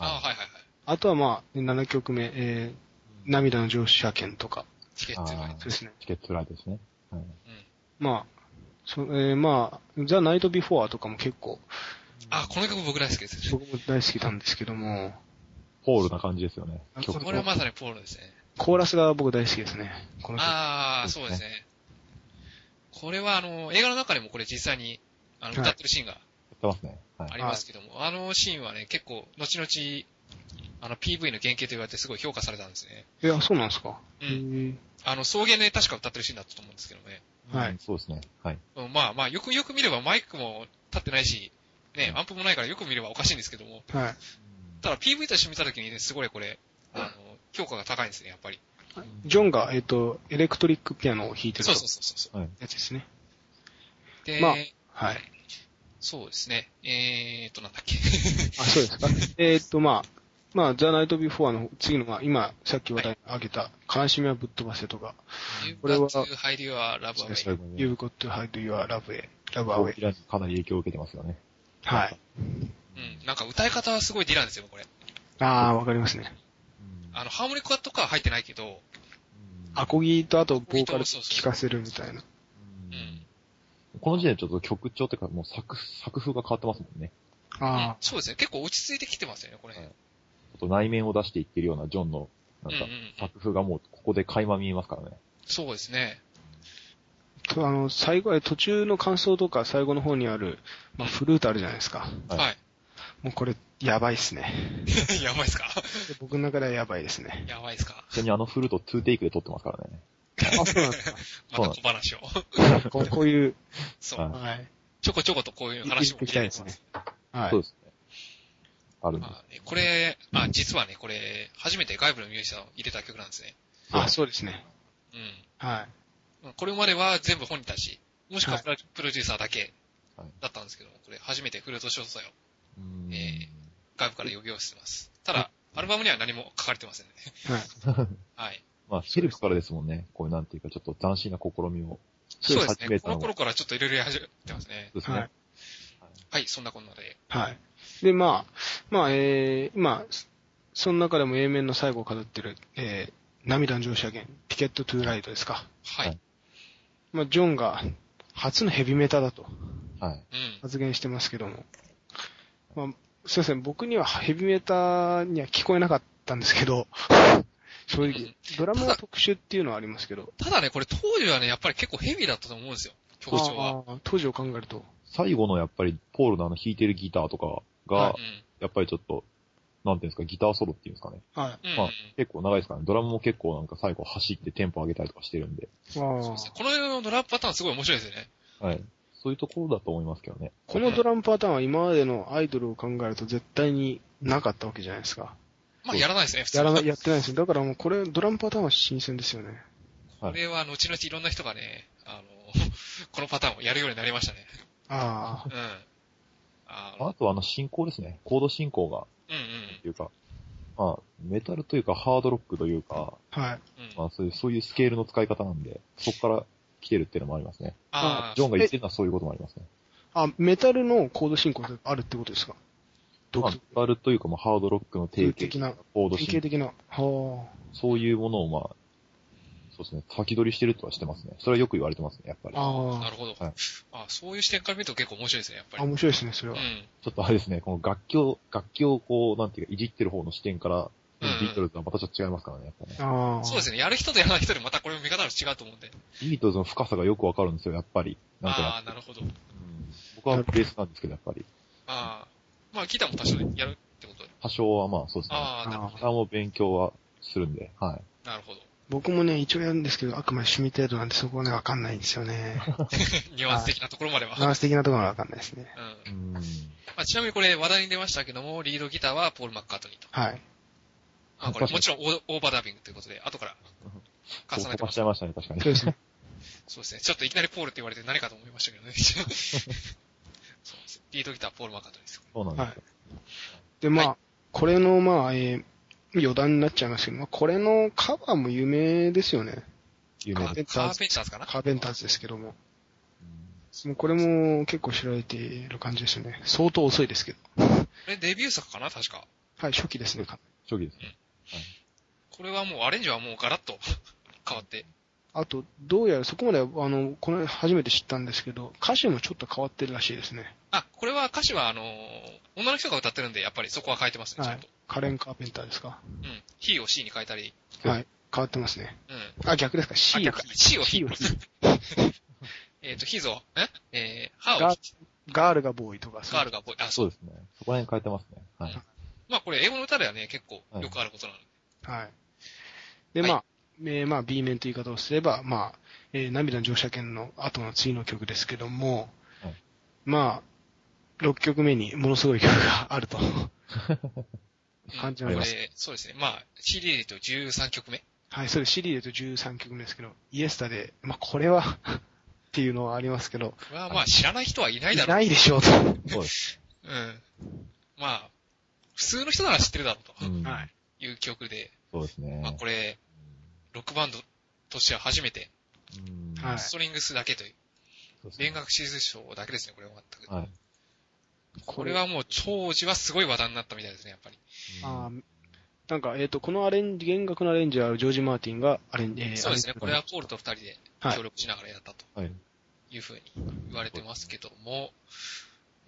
[SPEAKER 1] ああ、はいはいはい。
[SPEAKER 2] あとはまあ、7曲目、えー、涙の乗車券とか、
[SPEAKER 1] チケットが
[SPEAKER 3] あ
[SPEAKER 2] そうですね。
[SPEAKER 3] チケットライトですね。はい
[SPEAKER 2] まあ、そえーまあ、ザ・ナイト・ビフォアとかも結構、
[SPEAKER 1] あ、この曲僕大好きです。
[SPEAKER 2] 僕も大好きなんですけども、
[SPEAKER 3] ホールな感じですよね。
[SPEAKER 2] あ
[SPEAKER 3] 曲
[SPEAKER 1] これはまさにポールですね。
[SPEAKER 2] コーラスが僕大好きですね。この曲。
[SPEAKER 1] ああ、そうですね。これはあの、映画の中でもこれ実際に、あの、
[SPEAKER 2] はい
[SPEAKER 1] 歌ってるシーンが
[SPEAKER 3] やってますね。はい
[SPEAKER 1] あ。りますけども、あのシーンはね、結構、後々、あの、PV の原型と言われてすごい評価されたんですね。
[SPEAKER 2] いや、そうなんですか。
[SPEAKER 1] う
[SPEAKER 2] うんん。
[SPEAKER 1] あの、草原で確か歌ってるシーンだったと思うんですけどね。
[SPEAKER 2] はい
[SPEAKER 3] うんそうですね。はい。
[SPEAKER 1] うんまあまあ、よくよく見ればマイクも立ってないし、ね、アンプもないからよく見ればおかしいんですけども、
[SPEAKER 2] はい。
[SPEAKER 1] ただ PV として見た時にね、すごいこれ、あの、評価が高いんですね、やっぱり。
[SPEAKER 2] ジョンが、えっ、と、エレクトリックピアノを弾いてる
[SPEAKER 1] そうそうそうそう。
[SPEAKER 3] はい。
[SPEAKER 2] やつですね。
[SPEAKER 1] で、
[SPEAKER 2] まあはい。
[SPEAKER 1] そうですね。えーと、なんだっけ。
[SPEAKER 2] あ、そうですか。 えーっと、まあ、まあ、ザ・ナイト・ビフォアの次の、まあ、今、さっき話題に挙げた、悲しみはぶっ飛ばせとか、
[SPEAKER 1] You've
[SPEAKER 2] これは
[SPEAKER 1] got to hide your love
[SPEAKER 2] そうで
[SPEAKER 1] away.
[SPEAKER 2] す
[SPEAKER 3] 最後にね
[SPEAKER 2] You've got to hide your love away. Love
[SPEAKER 3] 大
[SPEAKER 2] away.
[SPEAKER 3] きなかなり影響を受けてますよね。
[SPEAKER 2] はい。
[SPEAKER 1] うん。なんか歌い方はすごいディランですよ、これ。
[SPEAKER 2] ああ、わかりますね。
[SPEAKER 1] あの、ハーモニカとかは入ってないけど、
[SPEAKER 2] アコギとあとボーカル聴かせるみた
[SPEAKER 1] う
[SPEAKER 2] いな。
[SPEAKER 1] ん
[SPEAKER 3] この時点でちょっと曲調というか、もう作、作風が変わってますもんね。
[SPEAKER 2] あ
[SPEAKER 1] うんそうですね。結構落ち着いてきてますよね、これ。
[SPEAKER 3] はいちょっと内面を出していってるようなジョンの、
[SPEAKER 1] う
[SPEAKER 3] なんん
[SPEAKER 1] う
[SPEAKER 3] か、
[SPEAKER 1] ん。
[SPEAKER 3] 作風がもうここで垣間見えますからね。
[SPEAKER 1] そうですね。
[SPEAKER 2] あ、とあの、最後、え途中の感想とか最後の方にある、まあ、フルートあるじゃないですか。
[SPEAKER 3] はい
[SPEAKER 1] はい。
[SPEAKER 2] もうこれ、やばいっすね。
[SPEAKER 1] やばいっすか
[SPEAKER 2] 僕の中ではやばいですね。
[SPEAKER 1] やばいっすか
[SPEAKER 3] ちなみにあのフルート2テイクで撮ってますからね。
[SPEAKER 2] あ、そうなんです
[SPEAKER 1] また小話を。
[SPEAKER 2] か。 こうこういう、
[SPEAKER 1] そう、
[SPEAKER 3] はい
[SPEAKER 2] はい。
[SPEAKER 1] ちょこちょことこういう話も
[SPEAKER 2] 入れていきたいですねは
[SPEAKER 3] そう
[SPEAKER 2] い。
[SPEAKER 3] ですね。あるんです。
[SPEAKER 1] まあね、これ、あ、実はね、これ、初めて外部のミュージシャンを入れた曲なんですね。
[SPEAKER 2] あ、そうですね。
[SPEAKER 1] うん
[SPEAKER 2] はい。
[SPEAKER 1] まあ。これまでは全部本人たち、もしくはプロプロデューサーだけ
[SPEAKER 3] はい
[SPEAKER 1] だったんですけども、これ初めてフルート詳細を
[SPEAKER 3] うーん
[SPEAKER 1] え外部から呼び寄せてます。ただ、アルバムには何も書かれてませんね。
[SPEAKER 2] はい。
[SPEAKER 1] はい。
[SPEAKER 3] まあ、ヘルプからですもんね。こういうなんていうか、ちょっと斬新な試みを。
[SPEAKER 1] そうですね。この
[SPEAKER 3] のが。
[SPEAKER 1] 頃からちょっといろいろやり始めてますね。
[SPEAKER 3] そうですね。
[SPEAKER 2] はい
[SPEAKER 1] はい、そんなこんなで。
[SPEAKER 2] はい。で、まあ、まあ、えー、まあ、そその中でも A 面の最後を飾ってる、えー、涙の乗車弦、ティケットトゥーライドですか。
[SPEAKER 1] は
[SPEAKER 3] はいい。
[SPEAKER 2] まあ、ジョンが初のヘビメタだと
[SPEAKER 3] はい。
[SPEAKER 1] うん。
[SPEAKER 2] 発言してますけども。まあ、すいません、僕にはヘビメタには聞こえなかったんですけど、 正直、ドラムが特殊っていうのはありますけど、
[SPEAKER 1] ただね、これ当時はね、やっぱり結構ヘビーだったと思うんですよ。曲調は。
[SPEAKER 2] あー当時を考えると、
[SPEAKER 3] 最後のやっぱり、ポールのあの弾いてるギターとか
[SPEAKER 2] は
[SPEAKER 3] が
[SPEAKER 1] う、ん。
[SPEAKER 3] やっぱりちょっと、なんていうんですか、ギターソロっていうんですかね。
[SPEAKER 2] はい。
[SPEAKER 1] うん。
[SPEAKER 3] まあ、結構長いですからね。ドラムも結構なんか最後走ってテンポ上げたりとかしてるんで。
[SPEAKER 2] わ
[SPEAKER 1] そう
[SPEAKER 2] ー
[SPEAKER 1] ですね。この世のドラップパターンすごい面白いですよね。
[SPEAKER 3] はい。そういうところだと思いますけどね。
[SPEAKER 2] このドラムパターンは今までのアイドルを考えると絶対になかったわけじゃないですか。
[SPEAKER 1] まあ、やらないですね、普通
[SPEAKER 2] やらな、
[SPEAKER 1] に。
[SPEAKER 2] やってないですよ。だからもうこれ、ドラムパターンは新鮮ですよね。
[SPEAKER 1] これは後々いろんな人がね、あの、 このパターンをやるようになりましたね。
[SPEAKER 2] あ
[SPEAKER 1] うん。あの、
[SPEAKER 3] あとはあの進行ですね。コード進行が、
[SPEAKER 1] うんうん
[SPEAKER 3] というか、まあ、メタルというかハードロックというか、
[SPEAKER 2] あ、はい。
[SPEAKER 1] うん。
[SPEAKER 3] まあそういう、そういうスケールの使い方なんで、そこから来てるっていうのもありますね。
[SPEAKER 1] ああ、
[SPEAKER 3] ジョンが言ってるのはそういうこともありますね。
[SPEAKER 2] あ、メタルのコード進行があるってことですか独
[SPEAKER 3] まあ、メタルというか、まあ、ハードロックの定
[SPEAKER 2] 特
[SPEAKER 3] 型
[SPEAKER 2] 的な、
[SPEAKER 3] コード
[SPEAKER 2] 典
[SPEAKER 3] 進
[SPEAKER 2] 型
[SPEAKER 3] 行、
[SPEAKER 2] 的な。はあ。
[SPEAKER 3] そういうものをまあ、そうですね、先取りしてるとはしてますね。それはよく言われてますね、やっぱり。
[SPEAKER 2] あ
[SPEAKER 1] な
[SPEAKER 2] あ
[SPEAKER 1] るほど。
[SPEAKER 3] はい
[SPEAKER 1] あそういう視点から見ると結構面白いですね、やっぱ
[SPEAKER 2] あ。
[SPEAKER 1] り。
[SPEAKER 2] 面白いですね、それ
[SPEAKER 1] う
[SPEAKER 2] は。
[SPEAKER 1] ん。
[SPEAKER 3] ちょっとあれですね、この楽器を、楽器をこう、なんていうか、いじってる方の視点から、
[SPEAKER 1] うん
[SPEAKER 3] ビートルズはまたちょっと違いますからね、やっぱね。
[SPEAKER 2] ああ。
[SPEAKER 1] そうですね。やる人とやらない人でまたこれも見方が違うと思うんで。
[SPEAKER 3] ビートルズの深さがよくわかるんですよ、やっぱり。なんかやっ
[SPEAKER 1] ああ、なるほど。
[SPEAKER 3] うん僕はベースなんですけど、やっぱり。
[SPEAKER 1] ああ。まあ、ギターも多少やるってことで。
[SPEAKER 3] 多少はまあ、そうですね。
[SPEAKER 1] ああ、なるほ
[SPEAKER 3] ギ
[SPEAKER 1] ど。
[SPEAKER 3] ターも勉強はするんで、はい。
[SPEAKER 1] なるほど。
[SPEAKER 2] 僕もね、一応やるんですけど、あくまで趣味程度なんでそこはね、わかんないんです よね。
[SPEAKER 1] ニュアンス的なところまでは。
[SPEAKER 2] ナース的なところはわかんないですね。
[SPEAKER 1] うん。
[SPEAKER 3] うん。
[SPEAKER 1] まあ、ちなみにこれ話題に出ましたけども、リードギターはポール・マッカートニーと。
[SPEAKER 2] はい。
[SPEAKER 1] まあ、これもちろんオーオーバーダビングということで、後から
[SPEAKER 3] そう
[SPEAKER 1] 重ね
[SPEAKER 3] 飛
[SPEAKER 1] てま
[SPEAKER 3] ば
[SPEAKER 1] し。
[SPEAKER 3] したちゃいましたね、確かに。
[SPEAKER 2] そうですね。
[SPEAKER 1] そうですね。ちょっといきなりポールって言われて何かと思いましたけど ね。そうですリードギター、ポール・マッカートニーです。
[SPEAKER 3] そうなんですよ。
[SPEAKER 2] で、まあ、
[SPEAKER 1] は
[SPEAKER 2] これの、まあ、えー、余談になっちゃいますけど、まあ、これのカバーも有名ですよね。
[SPEAKER 3] 有
[SPEAKER 1] カ
[SPEAKER 3] 名
[SPEAKER 1] ー
[SPEAKER 2] ペ
[SPEAKER 3] で
[SPEAKER 2] ン
[SPEAKER 3] す。
[SPEAKER 1] カ
[SPEAKER 2] ターズ
[SPEAKER 1] ーペンターズかな
[SPEAKER 2] カーペンターズですけども。
[SPEAKER 3] うん
[SPEAKER 2] もうこれも結構知られている感じですよね。相当遅いですけど。
[SPEAKER 1] これデビュー作かな確か。
[SPEAKER 2] はい、初期ですね。
[SPEAKER 3] 初期ですね。
[SPEAKER 1] これはもうアレンジはもうガラッと 変わって。
[SPEAKER 2] あと、どうやらそこまで、あの、この初めて知ったんですけど、歌詞もちょっと変わってるらしいですね。
[SPEAKER 1] あ、これは歌詞はあのー女の人が歌ってるんで、やっぱりそこは変えてますね、ち
[SPEAKER 2] は
[SPEAKER 1] ゃん
[SPEAKER 2] い
[SPEAKER 1] と。。
[SPEAKER 2] カレン・カーペンターですか
[SPEAKER 1] うん。he を she に変えたり。
[SPEAKER 3] そう
[SPEAKER 2] はい。変わってますね。
[SPEAKER 1] うん。
[SPEAKER 2] あ、逆ですか ?C
[SPEAKER 1] あ、逆に C を he。えっと、his を、ええー、her を
[SPEAKER 2] がガールがボーイとか。
[SPEAKER 1] ガールがボーイ。あ、
[SPEAKER 3] そ
[SPEAKER 1] そうう。
[SPEAKER 3] ですね。そこら辺変えてますね。はい。
[SPEAKER 1] まあこれ英語の歌ではね、結構よくあることなので。
[SPEAKER 2] はい。で、
[SPEAKER 1] はい
[SPEAKER 2] まあ、えーまあ、B 面という言い方をすれば、まあ、えー涙の乗車券の後の次の曲ですけども、
[SPEAKER 3] はい
[SPEAKER 2] まあ、6曲目にものすごい曲があると。
[SPEAKER 1] うん
[SPEAKER 2] 感じ
[SPEAKER 1] こ
[SPEAKER 2] はあります
[SPEAKER 1] れ、そうですね。まあ、CD で言うと13曲目。
[SPEAKER 2] はい、それ CD で言うと13曲目ですけど、イエスタで、まあ、これは、 っていうのはありますけど、
[SPEAKER 1] これはまあ知らない人はいない
[SPEAKER 2] い
[SPEAKER 1] だろう。
[SPEAKER 2] ないでしょうと。
[SPEAKER 3] そうです。
[SPEAKER 1] うん。まあ、普通の人なら知ってるだろう
[SPEAKER 3] うん
[SPEAKER 2] はい。
[SPEAKER 1] という曲で、
[SPEAKER 3] そうですね
[SPEAKER 1] まあ。これ、ロックバンドとしては初めて、
[SPEAKER 3] うん
[SPEAKER 2] はい
[SPEAKER 1] ストリングスだけという、
[SPEAKER 3] そうですね
[SPEAKER 1] 連楽シーズ賞だけですね、これは全く。
[SPEAKER 3] はい。
[SPEAKER 1] これはもう、長寿はすごい話題になったみたいですね、やっぱり。
[SPEAKER 2] あーなんか、えっ、と、このアレンジ、弦楽のアレンジはジョージ・マーティンがアレンジ、えー
[SPEAKER 1] そうですね、
[SPEAKER 2] アレンジ
[SPEAKER 1] これはポールと二人で
[SPEAKER 2] はい
[SPEAKER 1] 協力しながらやったと
[SPEAKER 3] はい。
[SPEAKER 1] いうふうに言われてますけども、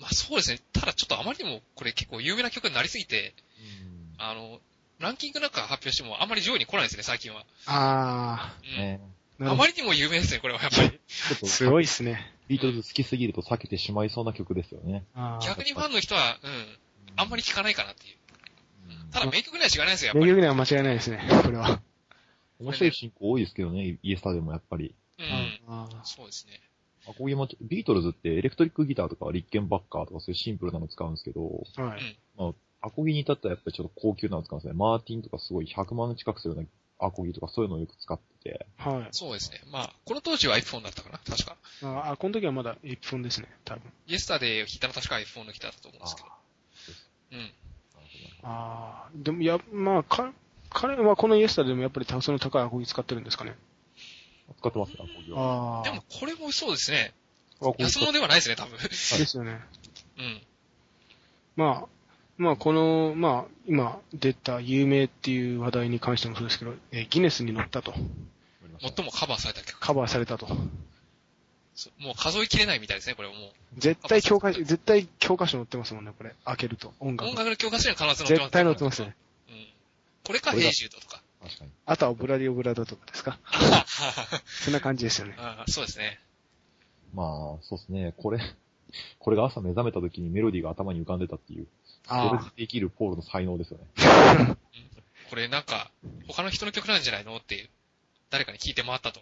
[SPEAKER 1] まあそうですね、ただちょっとあまりにもこれ結構有名な曲になりすぎて、
[SPEAKER 3] うん
[SPEAKER 1] あの、ランキングなんか発表してもあまり上位に来ないですね、最近は。
[SPEAKER 2] あ
[SPEAKER 1] うん
[SPEAKER 3] ね
[SPEAKER 2] ー、な
[SPEAKER 1] あ
[SPEAKER 2] るほ
[SPEAKER 1] ま
[SPEAKER 2] ど。
[SPEAKER 1] りにも有名ですね、これはやっぱり。
[SPEAKER 3] ちょっと
[SPEAKER 2] すごいですね。
[SPEAKER 3] ビートルズ好きすぎると避けてしまいそうな曲ですよね。
[SPEAKER 2] あー
[SPEAKER 1] 逆にファンの人は、うん、あんまり聴かないかなっていう。ただ名曲には違いないですよ、やっ
[SPEAKER 2] 名
[SPEAKER 1] ぱり。
[SPEAKER 2] 曲には間違いないですね、これは。
[SPEAKER 3] 面白い進行多いですけどね、イエスタでもやっぱり。
[SPEAKER 1] うん。
[SPEAKER 2] ああ
[SPEAKER 1] そうですね。
[SPEAKER 3] あこういうもんビートルズってエレクトリックギターとかリッケンバッカーとかそういうシンプルなの使うんですけど、
[SPEAKER 2] は
[SPEAKER 1] うん
[SPEAKER 2] い。
[SPEAKER 3] アコギに至ったらやっぱりちょっと高級なの使うんですね。マーティンとかすごい100万近くするようなアコギとかそういうのをよく使ってて。
[SPEAKER 2] はい。
[SPEAKER 1] そうですね。まあ、この当時は iPhone だったかな、確か。
[SPEAKER 2] あ、あこの時はまだ一本ですね、多分。
[SPEAKER 1] イエスタで弾いたの確か iPhone のギターだと思うんですけど。うん。
[SPEAKER 2] ああ、でも、や、まあ、か、彼はこのイエスタでもやっぱりたその高いアコギ使ってるんですかね。
[SPEAKER 3] 使ってますね、アコギは。
[SPEAKER 2] あ
[SPEAKER 1] でも
[SPEAKER 2] あ、
[SPEAKER 1] これもそうですね。
[SPEAKER 3] アコギ
[SPEAKER 1] 安
[SPEAKER 3] 使っ
[SPEAKER 1] 物ではないですね、多分。
[SPEAKER 2] ですよね。
[SPEAKER 1] うん。
[SPEAKER 2] まあ、まあ、この、まあ、今出た有名っていう話題に関してもそうですけど、えーギネスに乗ったと。
[SPEAKER 3] てました
[SPEAKER 1] 最もカバーされた曲。
[SPEAKER 2] カバーされたと。
[SPEAKER 1] そうもう数えきれないみたいですね、これはも
[SPEAKER 2] 絶対教科、絶対教科書載ってますもんね、これ。開けると。音
[SPEAKER 1] う。
[SPEAKER 2] 楽。
[SPEAKER 1] 音楽の教科書には必ず載ってます、
[SPEAKER 2] 絶対載ってますね。。
[SPEAKER 1] うん。これか、ヘイジュードとか。
[SPEAKER 3] 確かに。
[SPEAKER 2] あとはオブラディオブラダとかですか
[SPEAKER 1] あ
[SPEAKER 2] そんな感じですよね。
[SPEAKER 1] あそうですね。
[SPEAKER 3] まあ、そうですね。これ、 これが朝目覚めた時にメロディーが頭に浮かんでたっていう、これで
[SPEAKER 2] あ
[SPEAKER 3] できるポールの才能ですよね。
[SPEAKER 1] これなんか、他の人の曲なんじゃないのっていう。誰かに聞いて回ったと。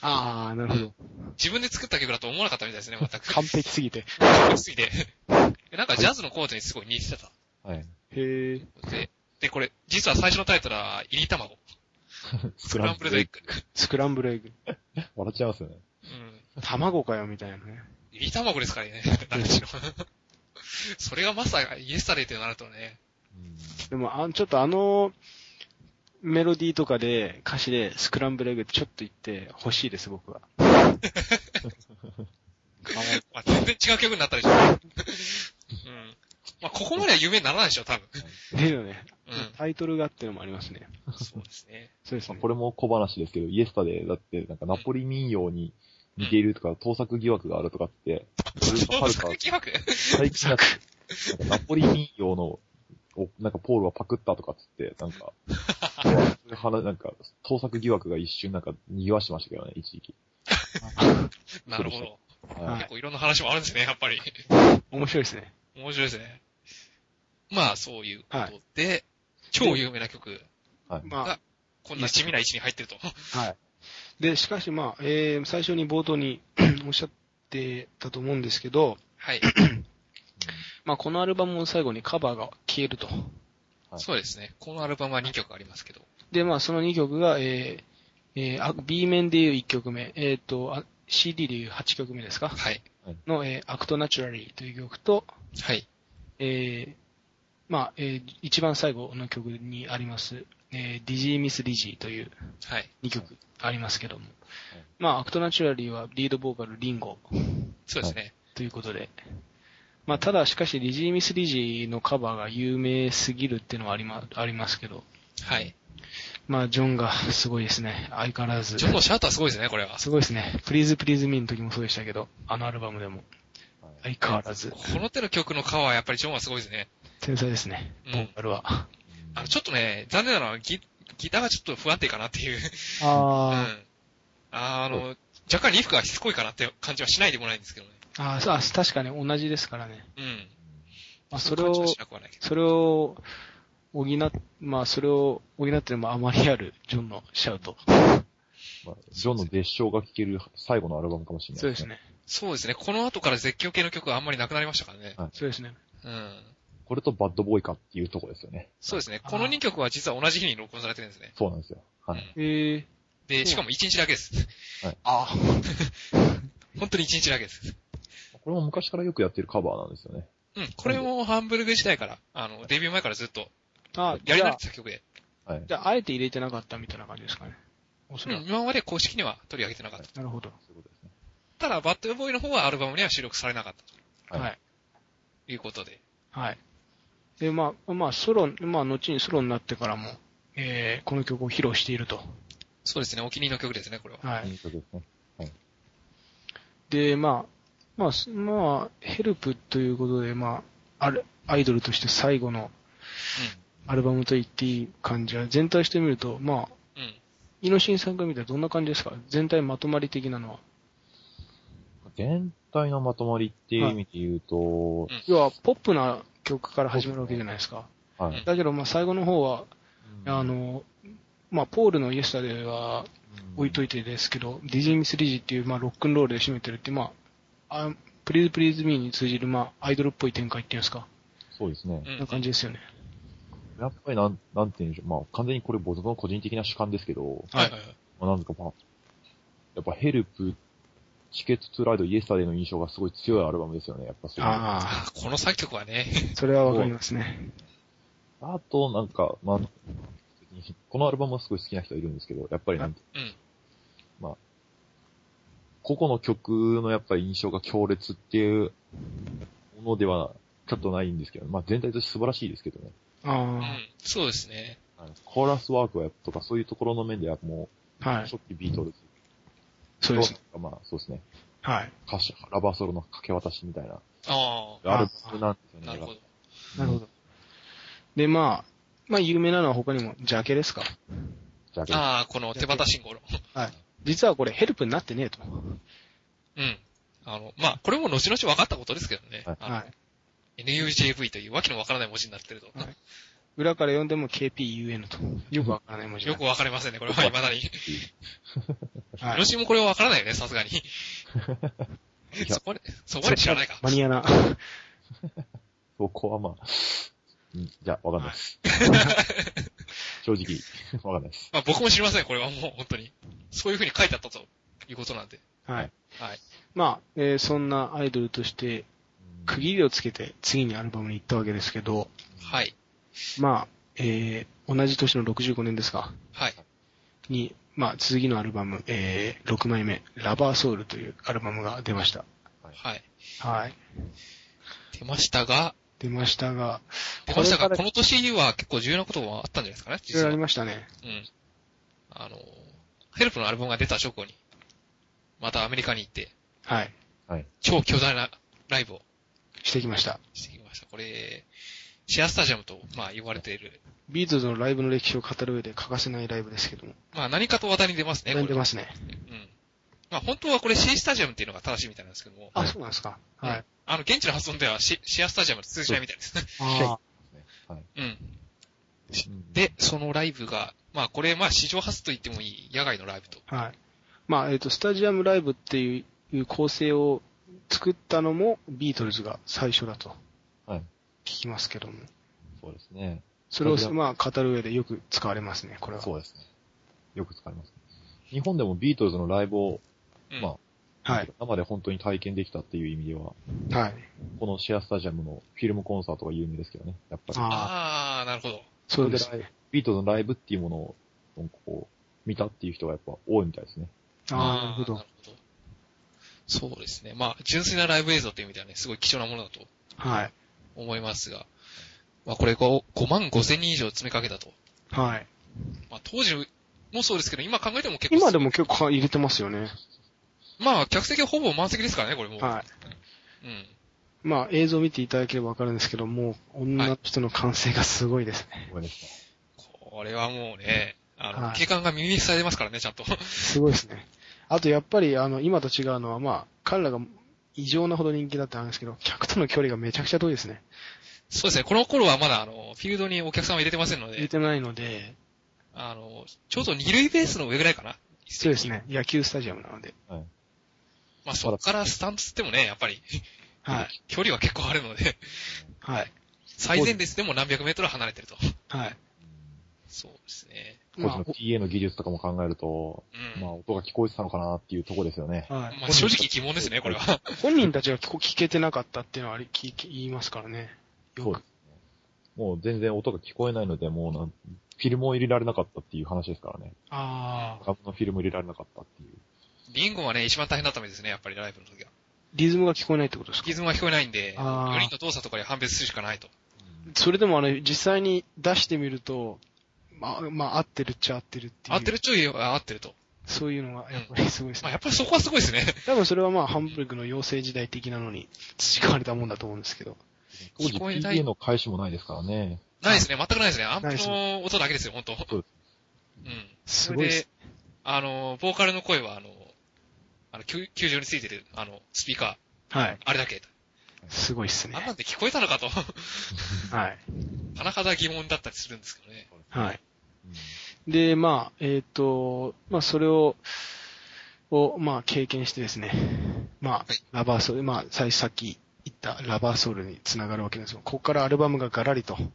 [SPEAKER 2] あ、ああ、なるほど。
[SPEAKER 1] 自分で作った曲だと思わなかったみたいですね、全く。
[SPEAKER 2] 完璧すぎて。
[SPEAKER 1] 完璧すぎて。なんかジャズのコードにすごい似てた。
[SPEAKER 3] はい。
[SPEAKER 2] へえ、
[SPEAKER 1] で、で、これ、実は最初のタイトルは、入り卵。
[SPEAKER 3] ス
[SPEAKER 1] スクランブルドエッグ。
[SPEAKER 2] スクランブルエッグ。
[SPEAKER 3] 笑っちゃいますよね。
[SPEAKER 1] うん。
[SPEAKER 2] 卵かよ、みたいなね。
[SPEAKER 1] 入り卵ですからね、 何しろ。それがまさか、イエスタデイってなるとね。
[SPEAKER 2] でも、あちょっとあの、メロディーとかで、歌詞で、スクランブルエッグってちょっと言って欲しいです、僕 は。
[SPEAKER 1] まあ、全然違う曲になったでしょ。うん。まあ、ここまでは夢にならないでしょ、多分。
[SPEAKER 2] ですよね。
[SPEAKER 1] うん。
[SPEAKER 2] タイトルがっていうのもありますね。
[SPEAKER 1] そうですね。
[SPEAKER 2] そうですね。
[SPEAKER 3] これも小話ですけど、イエスタで、だって、なんかナポリ民謡に似ているとか、盗作疑惑があるとかって、それ
[SPEAKER 1] 創
[SPEAKER 3] ははるか
[SPEAKER 1] 作疑惑
[SPEAKER 3] 最近だと、なんかナポリ民謡の、をなんかポールはパクったとかっつって、なんか、そういう話なんか、盗作疑惑が一瞬なんか賑わしてましたけどね、一時期。
[SPEAKER 1] なるほど。
[SPEAKER 3] は
[SPEAKER 2] はいい
[SPEAKER 1] 結構いろんな話もあるんですね、やっぱり。
[SPEAKER 2] 面白いですね。
[SPEAKER 1] 面白いですね。まあ、そういうことで、超有名な曲
[SPEAKER 2] ま
[SPEAKER 1] こんな地味な位置に入ってると。
[SPEAKER 2] あ、はい。で、しかしまあ、えー、最初に冒頭に おっしゃってたと思うんですけど、
[SPEAKER 1] はい。
[SPEAKER 2] まあ、このアルバムの最後にカバーが消えると。
[SPEAKER 3] はい
[SPEAKER 1] そうですね。このアルバムは2曲ありますけど。
[SPEAKER 2] で、まあ、その2曲が、えーえーあ B 面でいう1曲目、えっ、と、あ CD でいう8曲目ですか
[SPEAKER 1] はい。
[SPEAKER 2] の、えー、アクトナチュラリーという曲と、
[SPEAKER 1] はい。
[SPEAKER 2] えーまあ、えー一番最後の曲にあります、えー、ディジー・ミス・リジーという
[SPEAKER 1] はい。
[SPEAKER 2] 2曲ありますけども、まあ、アクトナチュラリーはリードボーカル、リンゴ
[SPEAKER 1] そうですね。
[SPEAKER 2] ということで、まあ、ただしかし、リジー・ミス・リジーのカバーが有名すぎるっていうのはあり,、まありますけど、
[SPEAKER 1] はい。
[SPEAKER 2] まあ、ジョンがすごいですね。相変わらず。
[SPEAKER 1] ジョンのシャートはすごいですね、これは。
[SPEAKER 2] すごいですね。プリーズプリーズミーの時もそうでしたけど、あのアルバムでも。
[SPEAKER 3] はい
[SPEAKER 2] 相変わらず。
[SPEAKER 1] この手の曲のカバーはやっぱりジョンはすごいですね。
[SPEAKER 2] 天才ですね。
[SPEAKER 1] うん
[SPEAKER 2] ボーカルは。あ
[SPEAKER 1] あの、ちょっとね、残念なのはギギターがちょっと不安定かなっていう。うん。
[SPEAKER 2] あ
[SPEAKER 1] あの、若干リフがしつこいかなって感じはしないでもないんですけどね。
[SPEAKER 2] ああ、そうあ確かに同じですからね。
[SPEAKER 1] うん。
[SPEAKER 2] まあ、それ
[SPEAKER 1] ういう感
[SPEAKER 2] を
[SPEAKER 1] じはし、なくはないけど。
[SPEAKER 2] それを補っ、まあ、それを補ってもあまりあるジョンのシャウト。
[SPEAKER 3] まあジョンの絶唱が聴ける最後のアルバムかもしれない
[SPEAKER 2] そうです。ね。
[SPEAKER 1] そうですね。この後から絶叫系の曲はあんまりなくなりましたからね。
[SPEAKER 2] そうですね。
[SPEAKER 1] うん。
[SPEAKER 3] これとバッドボーイかっていうとこですよね。
[SPEAKER 1] そうですね。この2曲は実は同じ日に録音されてるんですね。
[SPEAKER 3] そうなんですよ。はい。
[SPEAKER 1] うん
[SPEAKER 2] ええ
[SPEAKER 1] で、しかも1日だけです。
[SPEAKER 2] あ
[SPEAKER 1] 本当に1日だけです。
[SPEAKER 3] これも昔からよくやってるカバーなんですよね。
[SPEAKER 1] うん。これもハンブルグ時代から、あの、デビュー前からずっと
[SPEAKER 2] あ、
[SPEAKER 1] やり
[SPEAKER 2] じ
[SPEAKER 1] 慣
[SPEAKER 2] ゃ
[SPEAKER 1] れ
[SPEAKER 2] あ
[SPEAKER 1] て、た曲で。
[SPEAKER 3] はい。
[SPEAKER 2] じゃあ、あえて入れてなかったみたいな感じですかね。おそうら
[SPEAKER 1] ん。
[SPEAKER 2] く。
[SPEAKER 1] 今まで公式には取り上げてなかった。
[SPEAKER 2] なるほど。
[SPEAKER 3] そういうことですね。
[SPEAKER 1] ただ、バッドボーイの方はアルバムには収録されなかった
[SPEAKER 3] はい
[SPEAKER 2] はい。
[SPEAKER 1] ということで。
[SPEAKER 2] はい。で、まあ、まあ、ソロ、まあ、後にソロになってからも、えー、この曲を披露していると。
[SPEAKER 1] そうですね、お気に入りの曲ですね、これは。
[SPEAKER 2] は
[SPEAKER 3] そうい
[SPEAKER 2] い。
[SPEAKER 3] うことですね。
[SPEAKER 2] で、まあ、まあ、すまあ、ヘルプということで、まあ、ある、アイドルとして最後のアルバムと言っていい感じは、全体してみると、まあ、
[SPEAKER 1] うん。うん。
[SPEAKER 2] イノシンさんが見たらどんな感じですか全体まとまり的なのは。
[SPEAKER 3] 全体のまとまりっていう意味で言うと、
[SPEAKER 1] い
[SPEAKER 2] 要は、ポップな曲から始まるわけじゃないですか。
[SPEAKER 3] はい。
[SPEAKER 1] うん
[SPEAKER 2] だけど、まあ、最後の方は、
[SPEAKER 3] うん
[SPEAKER 2] あ、の、まあ、ポールのイエスタでは置いといてですけど、ディジー・ミス・リジーっていう、まあ、ロックンロールで締めてるって、まあ、あプリーズ・プリーズ・ミーに通じる、まあ、アイドルっぽい展開っていうんですか、
[SPEAKER 3] そうですね。
[SPEAKER 1] うん
[SPEAKER 2] な感じですよね。
[SPEAKER 3] やっぱりなん、なんていうんでしょう。まあ、完全にこれ、ボトの個人的な主観ですけど、
[SPEAKER 1] はいはいはい。
[SPEAKER 3] まあ、なんですか、まあ、やっぱヘルプ、チケットトゥライド、イエスタデーの印象がすごい強いアルバムですよね。やっぱそう。あ
[SPEAKER 2] あ
[SPEAKER 1] あー、この作曲はね、
[SPEAKER 2] あ、それはわかりますね。
[SPEAKER 3] と、なんか、まあ、このアルバムはすごい好きな人いるんですけど、やっぱりなんて、
[SPEAKER 1] うん。
[SPEAKER 3] 個々の曲のやっぱり印象が強烈っていうものでは、ちょっとないんですけど、まあ全体として素晴らしいですけどね。
[SPEAKER 1] う
[SPEAKER 2] あ
[SPEAKER 1] ん。そうですね。
[SPEAKER 3] あのコーラスワークはやっぱとかそういうところの面ではも
[SPEAKER 2] あ、
[SPEAKER 3] う、
[SPEAKER 2] はい
[SPEAKER 3] 初。期ビートルズ
[SPEAKER 2] そ
[SPEAKER 3] と、
[SPEAKER 2] うです。
[SPEAKER 3] まあそうですね、
[SPEAKER 2] はい。
[SPEAKER 3] 歌詞、ラバーソロの掛け渡しみたいな、
[SPEAKER 1] あ
[SPEAKER 3] あるなんです
[SPEAKER 1] あ、
[SPEAKER 3] よね。
[SPEAKER 1] なるほど。
[SPEAKER 2] なるほど。で、まあ、まあ、有名なのは他にも、ジャケですか。
[SPEAKER 3] じゃあ、
[SPEAKER 1] ああ、この手旗信号の。
[SPEAKER 2] 実はこれ、ヘルプになってねえと。
[SPEAKER 1] うん。あの、まあ、これも後々分かったことですけどね。
[SPEAKER 3] はい
[SPEAKER 1] あの
[SPEAKER 2] はい。
[SPEAKER 1] NUJV というわけのわからない文字になってると。
[SPEAKER 2] はい裏から読んでも KPUN と。よくわからない文字が。
[SPEAKER 1] よく分かりませんね、これは未だに。
[SPEAKER 2] は
[SPEAKER 1] 広島もこれは分からないよね、さすがに。
[SPEAKER 3] いや
[SPEAKER 1] そこで、そこで知らないか。
[SPEAKER 2] マニアな。
[SPEAKER 3] そこはまあ、うんじゃあ、わかん ないです。正直、わかんないです。
[SPEAKER 1] まあ、僕も知りません、これはもう本当に。そういう風に書いてあったということなんで。
[SPEAKER 2] はい。
[SPEAKER 1] はい。
[SPEAKER 2] まあ、えーそんなアイドルとして、区切りをつけて次にアルバムに行ったわけですけど、
[SPEAKER 1] はい。
[SPEAKER 2] まあ、えー同じ年の65年ですか、
[SPEAKER 1] はい。
[SPEAKER 2] に、まあ、次のアルバム、えー6枚目、ラバーソウルというアルバムが出ました。
[SPEAKER 1] はい。
[SPEAKER 2] はい。
[SPEAKER 1] 出ましたが、
[SPEAKER 2] 出ましたが、
[SPEAKER 1] 出ました
[SPEAKER 2] こ
[SPEAKER 1] が、
[SPEAKER 2] れから
[SPEAKER 1] この年は結構重要なこともあったんじゃないですかね、
[SPEAKER 2] いろい
[SPEAKER 1] 実
[SPEAKER 2] ろ
[SPEAKER 1] は
[SPEAKER 2] あり。ましたね。
[SPEAKER 1] うん。あの、ヘルプのアルバムが出た直後に、またアメリカに行って、
[SPEAKER 2] はい。
[SPEAKER 1] 超巨大なライブを
[SPEAKER 2] してきました。
[SPEAKER 1] してきました。これ、シェアスタジアムと、まあ言われている。
[SPEAKER 2] ビートルズのライブの歴史を語る上で欠かせないライブですけども、
[SPEAKER 1] まあ何かと話題に出ますね、これ。
[SPEAKER 2] 出ますね。
[SPEAKER 1] うん。まあ本当はこれシェアスタジアムっていうのが正しいみたいなんですけども、
[SPEAKER 2] あ、そうなんですか。はい。
[SPEAKER 1] あの、現地の発音ではシシェアスタジアムって通じないみたいです。
[SPEAKER 2] あ
[SPEAKER 3] はい。
[SPEAKER 1] うん。
[SPEAKER 3] うん、
[SPEAKER 1] で、そのライブが、まあこれ、まあ史上初と言ってもいい野外のライブと。
[SPEAKER 2] ーはい。まあ、えっ、と、スタジアムライブっていう構成を作ったのもビートルズが最初だと
[SPEAKER 3] はい。
[SPEAKER 2] 聞きますけども、
[SPEAKER 3] そうですね。
[SPEAKER 2] それを
[SPEAKER 3] スタジア、ム
[SPEAKER 2] まあ、語る上でよく使われますね、これは。
[SPEAKER 3] そうですね。よく使います、ね。日本でもビートルズのライブを、
[SPEAKER 1] うん。
[SPEAKER 3] まあ、
[SPEAKER 2] はい。
[SPEAKER 3] 生で本当に体験できたっていう意味では、
[SPEAKER 2] はい。
[SPEAKER 3] このシェアスタジアムのフィルムコンサートが有名ですけどね、やっぱり。
[SPEAKER 2] ああ、
[SPEAKER 1] あー、なるほど。
[SPEAKER 2] そうですね。
[SPEAKER 3] ビートルズのライブっていうものを、こう、見たっていう人がやっぱ多いみたいですね。
[SPEAKER 2] ああ、な
[SPEAKER 1] ー
[SPEAKER 2] るほど。
[SPEAKER 1] そうですね。まあ、純粋なライブ映像という意味ではね、すごい貴重なものだと
[SPEAKER 2] はい。
[SPEAKER 1] 思いますが、まあ、これが5万5千人以上詰めかけたと。
[SPEAKER 2] はい。
[SPEAKER 1] まあ、当時もそうですけど、今考えても結構、
[SPEAKER 2] 今でも結構入れてますよね。
[SPEAKER 1] まあ、客席はほぼ満席ですからね、これもう。
[SPEAKER 2] はい。
[SPEAKER 1] うん。
[SPEAKER 2] まあ、映像を見ていただければわかるんですけど、もう、女の人の歓声がすごいです ね。
[SPEAKER 3] ごめんなさい。
[SPEAKER 1] これはもうね、あの、
[SPEAKER 2] はい
[SPEAKER 1] 警官が耳塞いでますからね、ちゃんと。
[SPEAKER 2] すごいですね。あと、やっぱり、あの、今と違うのは、まあ、彼らが異常なほど人気だったんですけど、客との距離がめちゃくちゃ遠いですね。
[SPEAKER 1] そうですね、この頃はまだ、あの、フィールドにお客さんは入れてませんの
[SPEAKER 2] 入れ
[SPEAKER 1] で、
[SPEAKER 2] てないので、
[SPEAKER 1] あの、ちょうど二塁ベースの上ぐらいかな。
[SPEAKER 2] そうですね。野球スタジアムなので。
[SPEAKER 1] まあ、そこからスタンドつってもね、やっぱり、
[SPEAKER 2] はい。
[SPEAKER 1] 距離は結構あるので、
[SPEAKER 2] はい。
[SPEAKER 1] 最前列でも何百メートル離れてると。
[SPEAKER 2] はい。
[SPEAKER 1] そうですね。
[SPEAKER 3] 当
[SPEAKER 2] ま
[SPEAKER 3] 時
[SPEAKER 2] あ
[SPEAKER 3] の PA の技術とかも考えると、
[SPEAKER 1] うん。
[SPEAKER 3] まあ音が聞こえてたのかなっていうとこですよね。
[SPEAKER 2] はい
[SPEAKER 1] まあ、正直疑問ですね、これは。
[SPEAKER 2] 本人たちが聞こ聞けてなかったっていうのはあり聞き言いますからね。
[SPEAKER 3] そうですね。もう全然音が聞こえないので、もうなん、フィルムを入れられなかったっていう話ですからね。
[SPEAKER 2] ああ。
[SPEAKER 3] ガムのフィルム入れられなかったっていう。
[SPEAKER 1] リンゴはね、一番大変だったみたいですね、やっぱりライブの時は。
[SPEAKER 2] リズムが聞こえないってことですか
[SPEAKER 1] リズムが聞こえないんで、
[SPEAKER 2] あー
[SPEAKER 1] 4人の動作とかで判別するしかないと。
[SPEAKER 2] それでもあれ、実際に出してみると、まあ、まあ、合ってるっちゃ合ってるっていう。
[SPEAKER 1] 合ってるっちょい合ってると。
[SPEAKER 2] そういうのが、やっぱりすごいです
[SPEAKER 1] まあ、
[SPEAKER 2] ね。
[SPEAKER 1] やっぱりそこはすごいですね。
[SPEAKER 2] 多分それはまあ、ハンブルクの養成時代的なのに培われたもんだと思うんですけど。
[SPEAKER 3] 当時
[SPEAKER 1] 聞こえない
[SPEAKER 3] PA の返しもないですからね。
[SPEAKER 1] ないですね、全くないですね。アンプ
[SPEAKER 2] ないです
[SPEAKER 1] の音だけですよ、本当
[SPEAKER 3] そう
[SPEAKER 1] うん。
[SPEAKER 2] す
[SPEAKER 1] そ
[SPEAKER 2] ごい
[SPEAKER 1] れ
[SPEAKER 2] で
[SPEAKER 1] で、
[SPEAKER 2] す。
[SPEAKER 1] あの、ボーカルの声は、あの、あの、球球場についてる、あの、スピーカ
[SPEAKER 2] はい
[SPEAKER 1] ー。、あれだけ。
[SPEAKER 2] すごいっす
[SPEAKER 1] あん
[SPEAKER 2] ね。
[SPEAKER 1] なんで聞こえたのかと、
[SPEAKER 2] はい。
[SPEAKER 1] 甚だ疑問だったりするんですけどね。
[SPEAKER 2] はい。
[SPEAKER 3] うん
[SPEAKER 2] で、まあ、えっ、と、まあ、それを、を、まあ、経験してですね、まあ
[SPEAKER 1] はい、
[SPEAKER 2] ラバーソウル、まあ、最初さっき言ったラバーソウルにつながるわけですけど、ここからアルバムがガラリと
[SPEAKER 3] 変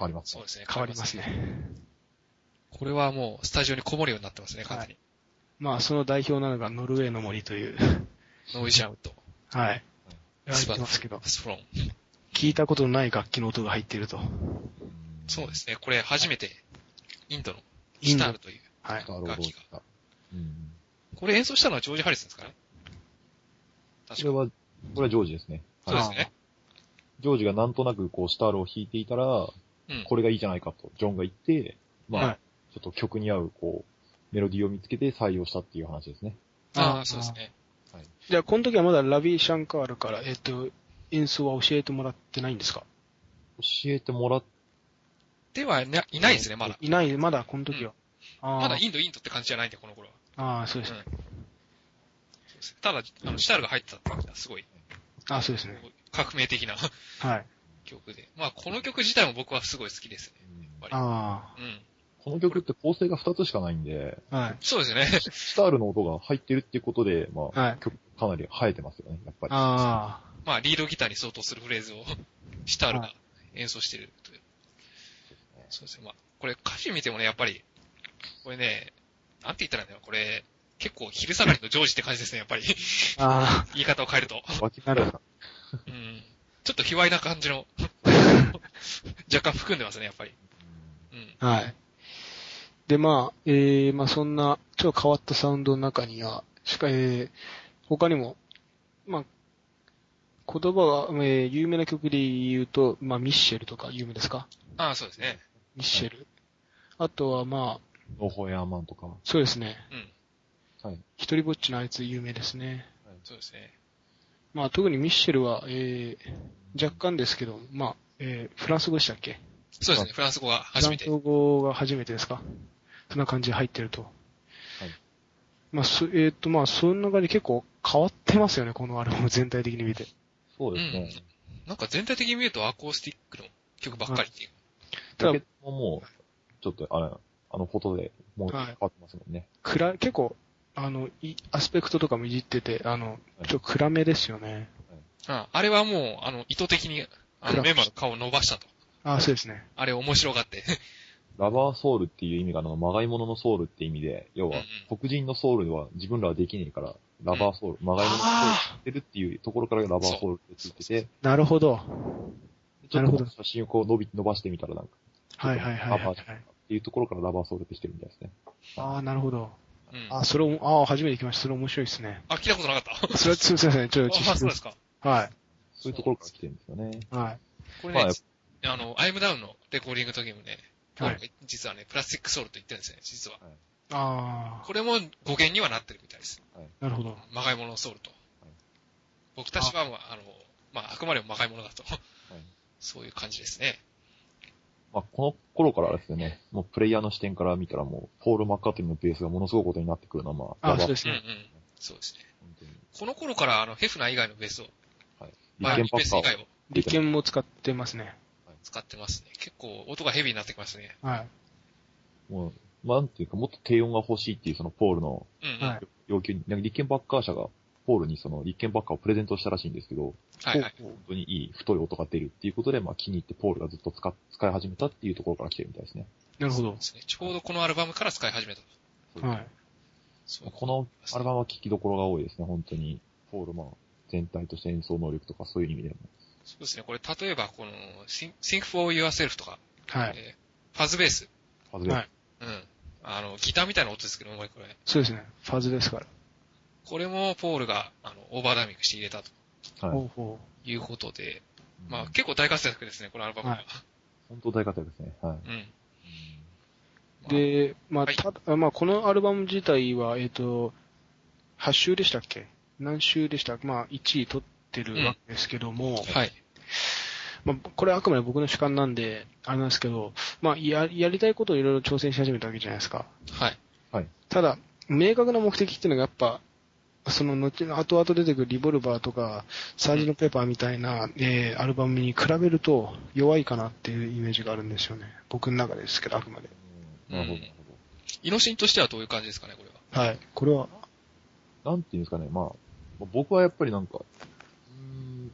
[SPEAKER 3] わります
[SPEAKER 1] そう
[SPEAKER 3] ね。
[SPEAKER 1] ですね。
[SPEAKER 2] 変わります。ね。
[SPEAKER 1] これはもう、スタジオにこもるようになってますね、完全に。
[SPEAKER 2] まあ、その代表なのがノルウェーの森という、
[SPEAKER 1] ノイジャウト。
[SPEAKER 2] はい。言われ
[SPEAKER 1] ス
[SPEAKER 2] て
[SPEAKER 1] バ
[SPEAKER 2] ますけど、
[SPEAKER 1] フロン。
[SPEAKER 2] 聞いたことのない楽器の音が入っていると。
[SPEAKER 1] そうですね。これ初めて、インドの
[SPEAKER 2] イ
[SPEAKER 1] シ
[SPEAKER 2] ンド
[SPEAKER 1] タールという。
[SPEAKER 2] はい。
[SPEAKER 3] なるほど。うん。
[SPEAKER 1] これ演奏したのはジョージ・ハリスンですからね。
[SPEAKER 3] こ
[SPEAKER 1] 確
[SPEAKER 3] れ
[SPEAKER 1] か
[SPEAKER 3] は、これはジョージですね。
[SPEAKER 1] そうですね。
[SPEAKER 3] ジョージがなんとなくこう、スタールを弾いていたら、
[SPEAKER 1] うん。
[SPEAKER 3] これがいいじゃないかと、ジョンが言って、まあ、
[SPEAKER 2] はい
[SPEAKER 3] ちょっと曲に合う、こう、メロディーを見つけて採用したっていう話ですね。
[SPEAKER 1] ああ、そうですね。
[SPEAKER 2] じゃあ、この時はまだラビー・シャンカールから、えっ、と、演奏は教えてもらってないんですか
[SPEAKER 3] 教えてもらっ
[SPEAKER 1] ではいないないですね、まだ。
[SPEAKER 2] いない、まだこの時は。あー
[SPEAKER 1] まだインド、インドって感じじゃないんで、この頃は。
[SPEAKER 2] あー、そう
[SPEAKER 1] うん。
[SPEAKER 2] で
[SPEAKER 1] そ
[SPEAKER 2] す
[SPEAKER 1] う
[SPEAKER 2] ね。
[SPEAKER 1] ですねただ、あの、シタールが入ってたっていうのはすごい、
[SPEAKER 2] あーそうですね。
[SPEAKER 1] 革命的な
[SPEAKER 2] はい。
[SPEAKER 1] 曲で。まあ、この曲自体も僕はすごい好きですね。
[SPEAKER 2] あ
[SPEAKER 1] うん。
[SPEAKER 3] この曲って構成が2つしかないんで、
[SPEAKER 2] あ、はい。
[SPEAKER 1] そうですね。
[SPEAKER 3] スタールの音が入ってるっていうことで、まあ、
[SPEAKER 2] はい。
[SPEAKER 3] 曲かなり生えてますよね、やっぱり。
[SPEAKER 2] あ
[SPEAKER 1] まあ、リードギターに相当するフレーズを、 シタールが演奏してるという。そうですね。まあ、これ歌詞見てもね、やっぱり、これね、なんて言ったらいいんだろう。これ、結構昼下がりのジョージって感じですね、やっぱり。
[SPEAKER 2] あ、あ
[SPEAKER 1] 言い方を変えると。
[SPEAKER 3] 脇腹が
[SPEAKER 1] うん。ちょっと卑猥な感じの、 若干含んでますね、やっぱり。うん。
[SPEAKER 2] あ、はい。で、まあ、えー、まあそんな、ちょっと変わったサウンドの中には、しか、えー、他にも、まあ、言葉は、えー、有名な曲で言うと、まあ、ミッシェルとか有名ですか
[SPEAKER 1] ああ、そうですね。
[SPEAKER 2] ミッシェル。あとは、まあ、
[SPEAKER 3] ノーホエアーマンとか。
[SPEAKER 2] そうですね。
[SPEAKER 1] うん。
[SPEAKER 3] はい。
[SPEAKER 2] 一人ぼっちのあいつ有名ですね。
[SPEAKER 1] そうですね。
[SPEAKER 2] まあ、特にミッシェルは、えー、若干ですけど、まあ、えー、フランス語でしたっけ
[SPEAKER 1] そうですね。フランス語が初めて
[SPEAKER 2] フ。ランス語が初めてですかそんな感じで入ってると。まあ、そえっ、と、まあ、その中で結構変わってますよね、このアルバム全体的に見て。
[SPEAKER 3] そうですね。
[SPEAKER 1] なんか全体的に見るとアコースティックの曲ばっかりっていう。
[SPEAKER 2] た
[SPEAKER 3] だ
[SPEAKER 2] だ
[SPEAKER 3] け、どもう、ちょっと、あれ、あのことでもう変
[SPEAKER 2] はい
[SPEAKER 3] わってますもんね。
[SPEAKER 2] 暗い、結構、あの、いアスペクトとかもいじってて、あの、ちょっと暗めですよね。
[SPEAKER 1] ああれはもう、あの、意図的に、あの、
[SPEAKER 2] 暗くし
[SPEAKER 1] メンバーの顔を伸ばしたと。
[SPEAKER 2] ああ、そうですね。
[SPEAKER 1] あれ面白がって。
[SPEAKER 3] ラバーソウルっていう意味が、あの、まがいもののソウルって意味で、要は
[SPEAKER 1] うん、
[SPEAKER 3] 黒人のソウルは自分らはできねえから、ラバーソウル、まがいもののソウルって
[SPEAKER 2] あ
[SPEAKER 3] 言ってるっていうところからラバーソウルってついてて、
[SPEAKER 2] あ、なるほど。
[SPEAKER 3] ち
[SPEAKER 2] な
[SPEAKER 3] ょ
[SPEAKER 2] る
[SPEAKER 3] っ
[SPEAKER 2] ほ
[SPEAKER 3] と
[SPEAKER 2] ど
[SPEAKER 3] 写真をこう伸び、伸ばしてみたらなんか、
[SPEAKER 2] はいはいはい、はい。
[SPEAKER 3] っていうところからラバーソウルってしてるみたいですね。
[SPEAKER 2] ああ、なるほど。
[SPEAKER 1] うん。
[SPEAKER 2] あ、それも、ああ、初めて来ました。それ面白いですね。
[SPEAKER 1] あ、聞いたことなかった。 あ、
[SPEAKER 2] それ、すみません、ちょっと知
[SPEAKER 1] そう
[SPEAKER 2] 識
[SPEAKER 1] で
[SPEAKER 2] 不
[SPEAKER 1] すか。
[SPEAKER 2] 足。は
[SPEAKER 3] そういうところから来てるんですよね。
[SPEAKER 2] い。はい。
[SPEAKER 1] これ
[SPEAKER 3] ま
[SPEAKER 1] ね、あの、アイムダウンのレコーディングの時もね、
[SPEAKER 2] はい。
[SPEAKER 1] 実はね、プラスチックソウルと言ってるんですね、実は。
[SPEAKER 2] あ
[SPEAKER 1] これも語源にはなってるみたいです。
[SPEAKER 2] あ、なるほど。
[SPEAKER 1] まがいもののソウルと。僕たちは、まあ、あの、まあ、あくまでもまがいものだと。そういう感じですね。
[SPEAKER 3] まあ、この頃からですよね、もうプレイヤーの視点から見たらもう、ポール・マッカートニーのベースがものすごいことになってくるのは、まあ、
[SPEAKER 2] ああ、そ
[SPEAKER 3] ラバ
[SPEAKER 2] う
[SPEAKER 3] ー
[SPEAKER 2] です
[SPEAKER 1] うんう
[SPEAKER 2] ね。
[SPEAKER 1] ん。そうですね。
[SPEAKER 3] 本当に
[SPEAKER 1] この頃から、あの、ヘフナー以外のベースを、
[SPEAKER 3] リッケンパ
[SPEAKER 1] ベー
[SPEAKER 3] ッ
[SPEAKER 1] ス
[SPEAKER 3] カー
[SPEAKER 1] 以
[SPEAKER 3] を
[SPEAKER 1] 外を
[SPEAKER 2] 利権も使ってますね。
[SPEAKER 1] 使ってますね。結構、音がヘビーになってきますね。
[SPEAKER 2] はい。
[SPEAKER 3] もう、なんていうか、もっと低音が欲しいっていう、そのポールの
[SPEAKER 1] うんうん。
[SPEAKER 2] は
[SPEAKER 1] はいい
[SPEAKER 3] 要求に、なんか立憲バッカー社が、ポールにその立憲バッカーをプレゼントしたらしいんですけど、
[SPEAKER 1] はい。
[SPEAKER 3] 本当にいい太い音が出るっていうことで、まあ気に入ってポールがずっと使っ使い始めたっていうところから来てるみたいですね。
[SPEAKER 2] なるほど
[SPEAKER 1] で。すね。ちょうどこのアルバムから使い始めたと。
[SPEAKER 2] はい。
[SPEAKER 1] そう
[SPEAKER 3] このアルバムは聴きどころが多いですね、本当に。ポール、まあ、全体として演奏能力とかそういう意味でも。
[SPEAKER 1] そうですね。これ、例えば、この、Think Think for Yourself とか、
[SPEAKER 2] はい。
[SPEAKER 1] えーファズベース。
[SPEAKER 3] 外れ、
[SPEAKER 2] はい
[SPEAKER 1] うん。あの、ギターみたいな音ですけど、お前これ。
[SPEAKER 2] そうですね。ファズですから。
[SPEAKER 1] これも、ポールが、あの、オーバーダミングして入れたと
[SPEAKER 3] はい
[SPEAKER 2] ほうほ
[SPEAKER 1] いうことで、
[SPEAKER 3] うん
[SPEAKER 1] まあ、結構大活躍ですね、このアルバムは。
[SPEAKER 2] はい
[SPEAKER 3] 本当大活躍ですね。はい。
[SPEAKER 1] うん。
[SPEAKER 2] う。で、まあ、
[SPEAKER 1] はい
[SPEAKER 2] ただ、まあ、このアルバム自体は、えっと、8週でしたっけ何週でしたまあ、1位取ってるわけですけども、
[SPEAKER 1] はい。
[SPEAKER 2] まあ、これはあくまで僕の主観なんで、あれなんですけど、まあ、や、やりたいことをいろいろ挑戦し始めたわけじゃないですか。
[SPEAKER 1] はい。
[SPEAKER 2] ただ、明確な目的っていうのがやっぱ、その後の後々出てくるリボルバーとか、サージのペーパーみたいな、えーアルバムに比べると弱いかなっていうイメージがあるんですよね。僕の中ですけど、あくまで。
[SPEAKER 3] なるほど、なるほど。
[SPEAKER 1] イノシンとしてはどういう感じですかね、これは。
[SPEAKER 2] はい。これは、
[SPEAKER 3] なんていうんですかね、まあ、僕はやっぱりなんか、うーん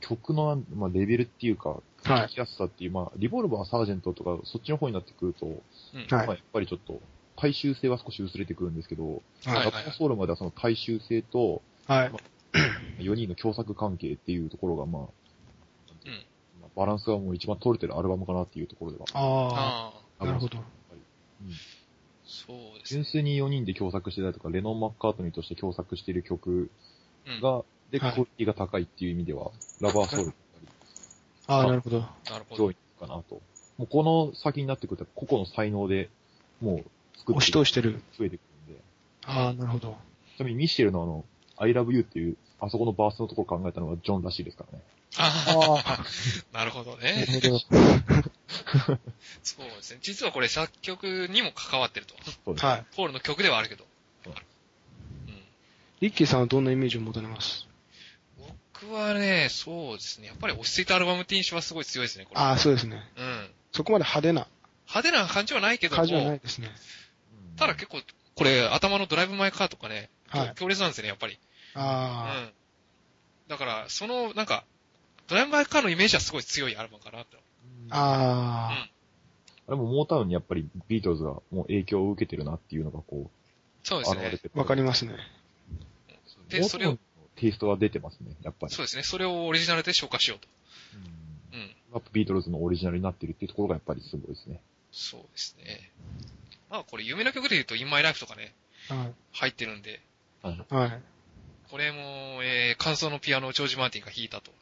[SPEAKER 3] 曲のなん、まあ、レベルっていうか、
[SPEAKER 2] はい
[SPEAKER 3] 聴きやすさっていう、まあ、リボルバー、サージェントとか、そっちの方になってくると、
[SPEAKER 1] うん。
[SPEAKER 2] はい
[SPEAKER 3] まあ、やっぱりちょっと、大衆性は少し薄れてくるんですけど、
[SPEAKER 1] はい
[SPEAKER 3] ラップソウルまではその大衆性と、
[SPEAKER 2] はい。
[SPEAKER 3] 4人の共作関係っていうところが、まあ、
[SPEAKER 1] うん
[SPEAKER 3] まあバランスがもう一番取れてるアルバムかなっていうところでは。
[SPEAKER 2] あ
[SPEAKER 1] ああ、
[SPEAKER 2] あ、なるほど。
[SPEAKER 1] そうですね。
[SPEAKER 3] 純粋に4人で共作してたりとか、レノン・マッカートニーとして共作している曲
[SPEAKER 1] うん。な
[SPEAKER 3] が、で、ク
[SPEAKER 2] はい
[SPEAKER 3] オリティが高いっていう意味では、ラバーソウルだったり、
[SPEAKER 2] ああ、なるほど。
[SPEAKER 1] るほど
[SPEAKER 3] 上。位かなと。もうこの先になってくると、個々の才能でもう作
[SPEAKER 2] 押
[SPEAKER 3] っ
[SPEAKER 2] して
[SPEAKER 3] 増
[SPEAKER 2] 通してる。
[SPEAKER 3] えてくるんで。
[SPEAKER 2] ああ、なるほど。
[SPEAKER 3] ちなみにミシェルのあの、I love you っていう、あそこのバースのところ考えたのはジョンらしいですからね。
[SPEAKER 1] ああ、 なるほどね。
[SPEAKER 2] なるほ
[SPEAKER 1] そうですね。実はこれ作曲にも関わってると。
[SPEAKER 3] そうです
[SPEAKER 2] ど。はい。
[SPEAKER 1] ポールの曲ではあるけど。
[SPEAKER 3] そう
[SPEAKER 1] うん。
[SPEAKER 2] リッキーさんはどんなイメージを持たれます
[SPEAKER 1] 僕はね、そうですね。やっぱり落ち着いたアルバムって印象はすごい強いですね、これ。
[SPEAKER 2] ああ、そうですね。
[SPEAKER 1] うん。
[SPEAKER 2] そこまで派手な
[SPEAKER 1] 派手な感じはないけども
[SPEAKER 2] 感、じはないですね。
[SPEAKER 3] うん
[SPEAKER 1] ただ結構、これ頭のドライブ・マイ・カーとかね、
[SPEAKER 2] はい。
[SPEAKER 1] 強烈なんですよね、やっぱり。う
[SPEAKER 2] あ
[SPEAKER 1] ん。だから、その、なんか、ドライブ・マイ・カーのイメージはすごい強いアルバムかなって。
[SPEAKER 2] あ、あ
[SPEAKER 3] あれもモータウンにやっぱりビートルズがもう影響を受けてるなっていうのがこ
[SPEAKER 1] そう
[SPEAKER 3] う、
[SPEAKER 1] です
[SPEAKER 3] 現れ
[SPEAKER 1] ね。
[SPEAKER 3] てて
[SPEAKER 2] あ、わかりますね。
[SPEAKER 1] でそれを
[SPEAKER 3] モータウンのテイストは出てますね、やっぱり。
[SPEAKER 1] そうですね。それをオリジナルで消化しようと。
[SPEAKER 3] うん
[SPEAKER 1] うん。
[SPEAKER 3] やっぱビートルズのオリジナルになってるっていうところがやっぱりすごいですね。
[SPEAKER 1] そうですね。まあこれ、有名な曲で言うと、インマイ・ライフとかね、
[SPEAKER 2] は
[SPEAKER 1] 入ってるんで、
[SPEAKER 3] はい。
[SPEAKER 2] い。はい。
[SPEAKER 1] これも、えー、感想のピアノをジョージ・マーティンが弾いたと。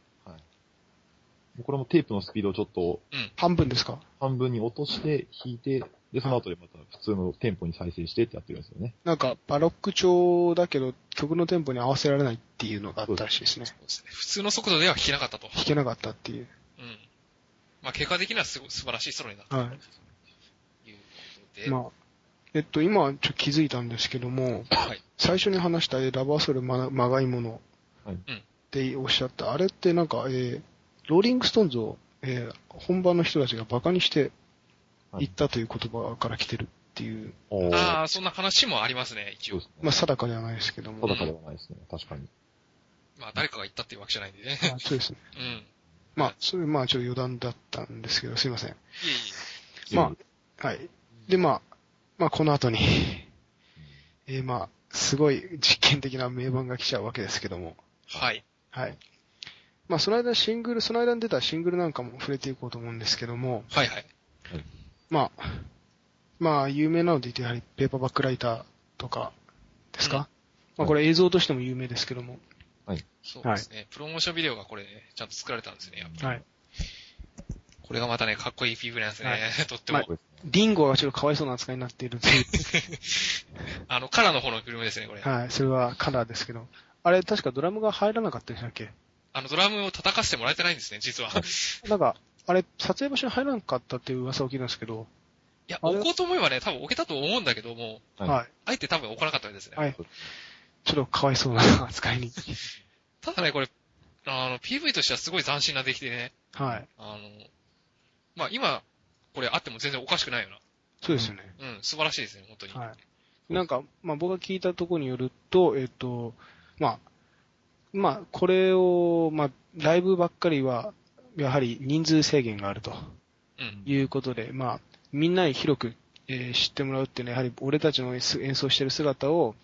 [SPEAKER 3] これもテープのスピードをちょっと
[SPEAKER 2] 半分ですか
[SPEAKER 3] 半分に落として弾いて、で、その後でまた普通のテンポに再生してってやってるんですよね。
[SPEAKER 2] なんか、バロック調だけど、曲のテンポに合わせられないっていうのがあったらしいですね。
[SPEAKER 1] そうですね。普通の速度では弾けなかったと。
[SPEAKER 2] 弾けなかったっていう。
[SPEAKER 1] うん。まあ、結果的にはすご素晴らしいソロになった
[SPEAKER 2] は
[SPEAKER 1] ということ
[SPEAKER 2] い。
[SPEAKER 1] で、
[SPEAKER 2] まあ、えっと、今、ちょっと気づいたんですけども、
[SPEAKER 1] はい。
[SPEAKER 2] 最初に話した、えーラバーソルままがいもの
[SPEAKER 3] はい
[SPEAKER 2] っておっしゃった、あれってなんか、えーローリングストーンズを、えー本番の人たちがバカにして
[SPEAKER 3] はい
[SPEAKER 2] 言ったという言葉から来てるっていう、
[SPEAKER 3] お
[SPEAKER 1] ああ、そんな話もありますね、一
[SPEAKER 3] そう
[SPEAKER 1] 応
[SPEAKER 3] で。すね。
[SPEAKER 2] まあ、定かではないですけども。
[SPEAKER 3] 定かではないですね。確かに。
[SPEAKER 1] まあ、誰かが言ったっていうわけじゃないんでね。
[SPEAKER 2] あそうですね。
[SPEAKER 1] うん。いえ
[SPEAKER 2] まあ、それ、まあ、ちょっと余談だったんですけど、すいません。
[SPEAKER 1] い
[SPEAKER 2] まあ、はい。で、まあ、まあ、この後に、 えーまあ、すごい実験的な名盤が来ちゃうわけですけども、
[SPEAKER 1] え。はい。
[SPEAKER 2] はい。まあ、その間シングル、その間に出たシングルなんかも触れていこうと思うんですけども、
[SPEAKER 1] はいはい。
[SPEAKER 2] まあ、まあ、有名なので言うと、やはりペーパーバックライターとかですか、
[SPEAKER 1] うん
[SPEAKER 2] まあ、これ映像としても有名ですけども、
[SPEAKER 1] そうですね。プロモーションビデオがこれね、ちゃんと作られたんですね、やっぱ
[SPEAKER 2] はい。
[SPEAKER 1] これがまたね、かっこいい PV なんですね。
[SPEAKER 2] は
[SPEAKER 1] とって
[SPEAKER 2] ま
[SPEAKER 1] も
[SPEAKER 2] あ
[SPEAKER 3] こ。れですね
[SPEAKER 2] リンゴはちょっとかわいそうな扱いになっているんで、
[SPEAKER 1] あの、カラーの方のグルメですね、これ。
[SPEAKER 2] はい、それはカラーですけど、あれ、確かドラムが入らなかったでしたっけ
[SPEAKER 1] あの、ドラムを叩かせてもらえてないんですね、実 は。い
[SPEAKER 2] なんか、あれ、撮影場所に入らなかったっていう噂を聞いたんですけど、
[SPEAKER 1] や、
[SPEAKER 2] あれ
[SPEAKER 1] 置こうと思えばね、多分置けたと思うんだけども、
[SPEAKER 3] はい
[SPEAKER 2] はい。
[SPEAKER 1] あえて多分置かなかったわけですね。
[SPEAKER 2] はい
[SPEAKER 3] そうで
[SPEAKER 2] ちょっとかわいそうな 扱いに。
[SPEAKER 1] ただね、これ、あの、PV としてはすごい斬新な出来でね、
[SPEAKER 2] はい。
[SPEAKER 1] あの、まあ、今、これあっても全然おかしくないよ
[SPEAKER 2] そうですよね。
[SPEAKER 1] うな。うん、素晴らしいですね、本当に。
[SPEAKER 2] はい。なんか、まあ僕が聞いたところによると、えっと、まあ、まあこれを、まあライブばっかりは、やはり人数制限があると
[SPEAKER 1] うん。
[SPEAKER 2] いうことで、まあみんなに広く、えー知ってもらうっていうのは、やはり俺たちの演奏演奏してる姿を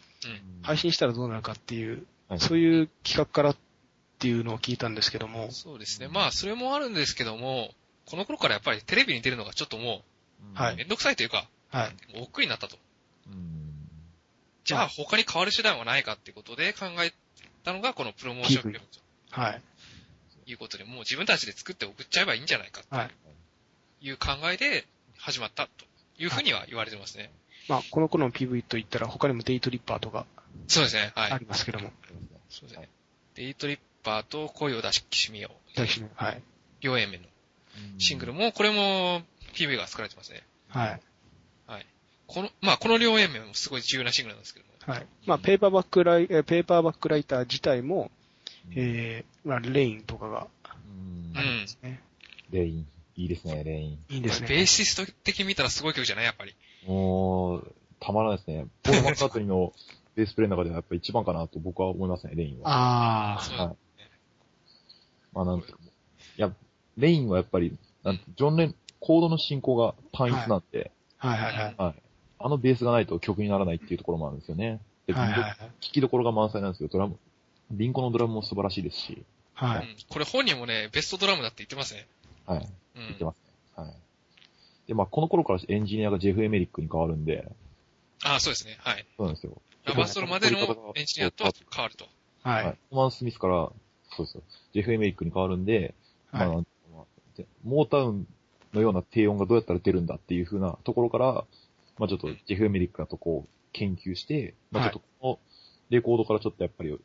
[SPEAKER 2] 配信したらどうなるかっていう、
[SPEAKER 3] はい
[SPEAKER 2] そういう企画からっていうのを聞いたんですけども、
[SPEAKER 1] そうですね。まあ、それもあるんですけども、この頃からやっぱりテレビに出るのがちょっとも
[SPEAKER 2] は
[SPEAKER 1] う、
[SPEAKER 2] い
[SPEAKER 1] めんどくさいというか、
[SPEAKER 2] はい。
[SPEAKER 1] もう億劫になったと。
[SPEAKER 3] うん
[SPEAKER 1] じゃあ、他に変わる手段はないかってことで考えたのが、このプロモーションビデオ
[SPEAKER 2] はい。
[SPEAKER 1] ということで、もう自分たちで作って送っちゃえばいいんじゃないか
[SPEAKER 2] はい。
[SPEAKER 1] という考えで始まったというふうには言われてますね。
[SPEAKER 2] まあこの頃の PV といったら他にもデイトリッパーとか
[SPEAKER 1] そうですね。はい。
[SPEAKER 2] ありますけども、
[SPEAKER 3] そうですね
[SPEAKER 1] そうですね。デイトリッパーと恋を出しきしみよう。
[SPEAKER 2] 私ねはい。
[SPEAKER 1] 両 A 面の
[SPEAKER 3] うん
[SPEAKER 1] シングルも、これも PV が作られてますね。
[SPEAKER 2] はい。
[SPEAKER 1] この、まあ、この両 A 面もすごい重要なシングルなんですけども。
[SPEAKER 2] はい。まあ、ペーパーバックライ、えーペーパーバックライター自体も、えー、まあ、レインとかが
[SPEAKER 3] うん
[SPEAKER 1] う。ん。
[SPEAKER 2] ね、
[SPEAKER 3] レイン。いいですね、レイン。
[SPEAKER 2] いいんです
[SPEAKER 1] ベー
[SPEAKER 2] ね。
[SPEAKER 1] シスト的に見たらすごい曲じゃないやっぱり。
[SPEAKER 3] もう、たまらないですね。ポール・マッカートニーのベースプレイの中ではやっぱ一番かなと僕は思いますね、レインは。
[SPEAKER 2] あ
[SPEAKER 1] そう
[SPEAKER 3] はい。まあなんていうか、いや、レインはやっぱり、なんてジョン・レン、コードの進行が単一なんで、
[SPEAKER 2] あ、はいはいはい。
[SPEAKER 3] あのベースがないと曲にならないっていうところもあるんですよね。で、
[SPEAKER 2] はいはい
[SPEAKER 3] 聴きどころが満載なんですけど、ドラム、リンコのドラムも素晴らしいですし、
[SPEAKER 2] はい。は
[SPEAKER 1] う
[SPEAKER 2] い。
[SPEAKER 1] ん。これ本人もね、ベストドラムだって言ってますね。
[SPEAKER 3] はい。
[SPEAKER 1] う
[SPEAKER 3] 言って
[SPEAKER 1] ん。
[SPEAKER 3] ますね。はい。で、まあ、この頃からエンジニアがジェフ・エメリックに変わるんで、
[SPEAKER 1] ああ、そうですね。はい。
[SPEAKER 3] そうなんですよ。
[SPEAKER 1] ラバーストロまでのエンジニアとは変わると。
[SPEAKER 2] は。
[SPEAKER 3] はいい。トマン・スミスから、そうですよ。ジェフ・エメリックに変わるんで、まあ
[SPEAKER 2] はい。
[SPEAKER 3] なんていうのかなでモータウンのような低音がどうやったら出るんだっていう風なところから、まあちょっとジェフ・エメリックだとこう研究して、まあちょっとこのレコードからちょっとやっぱり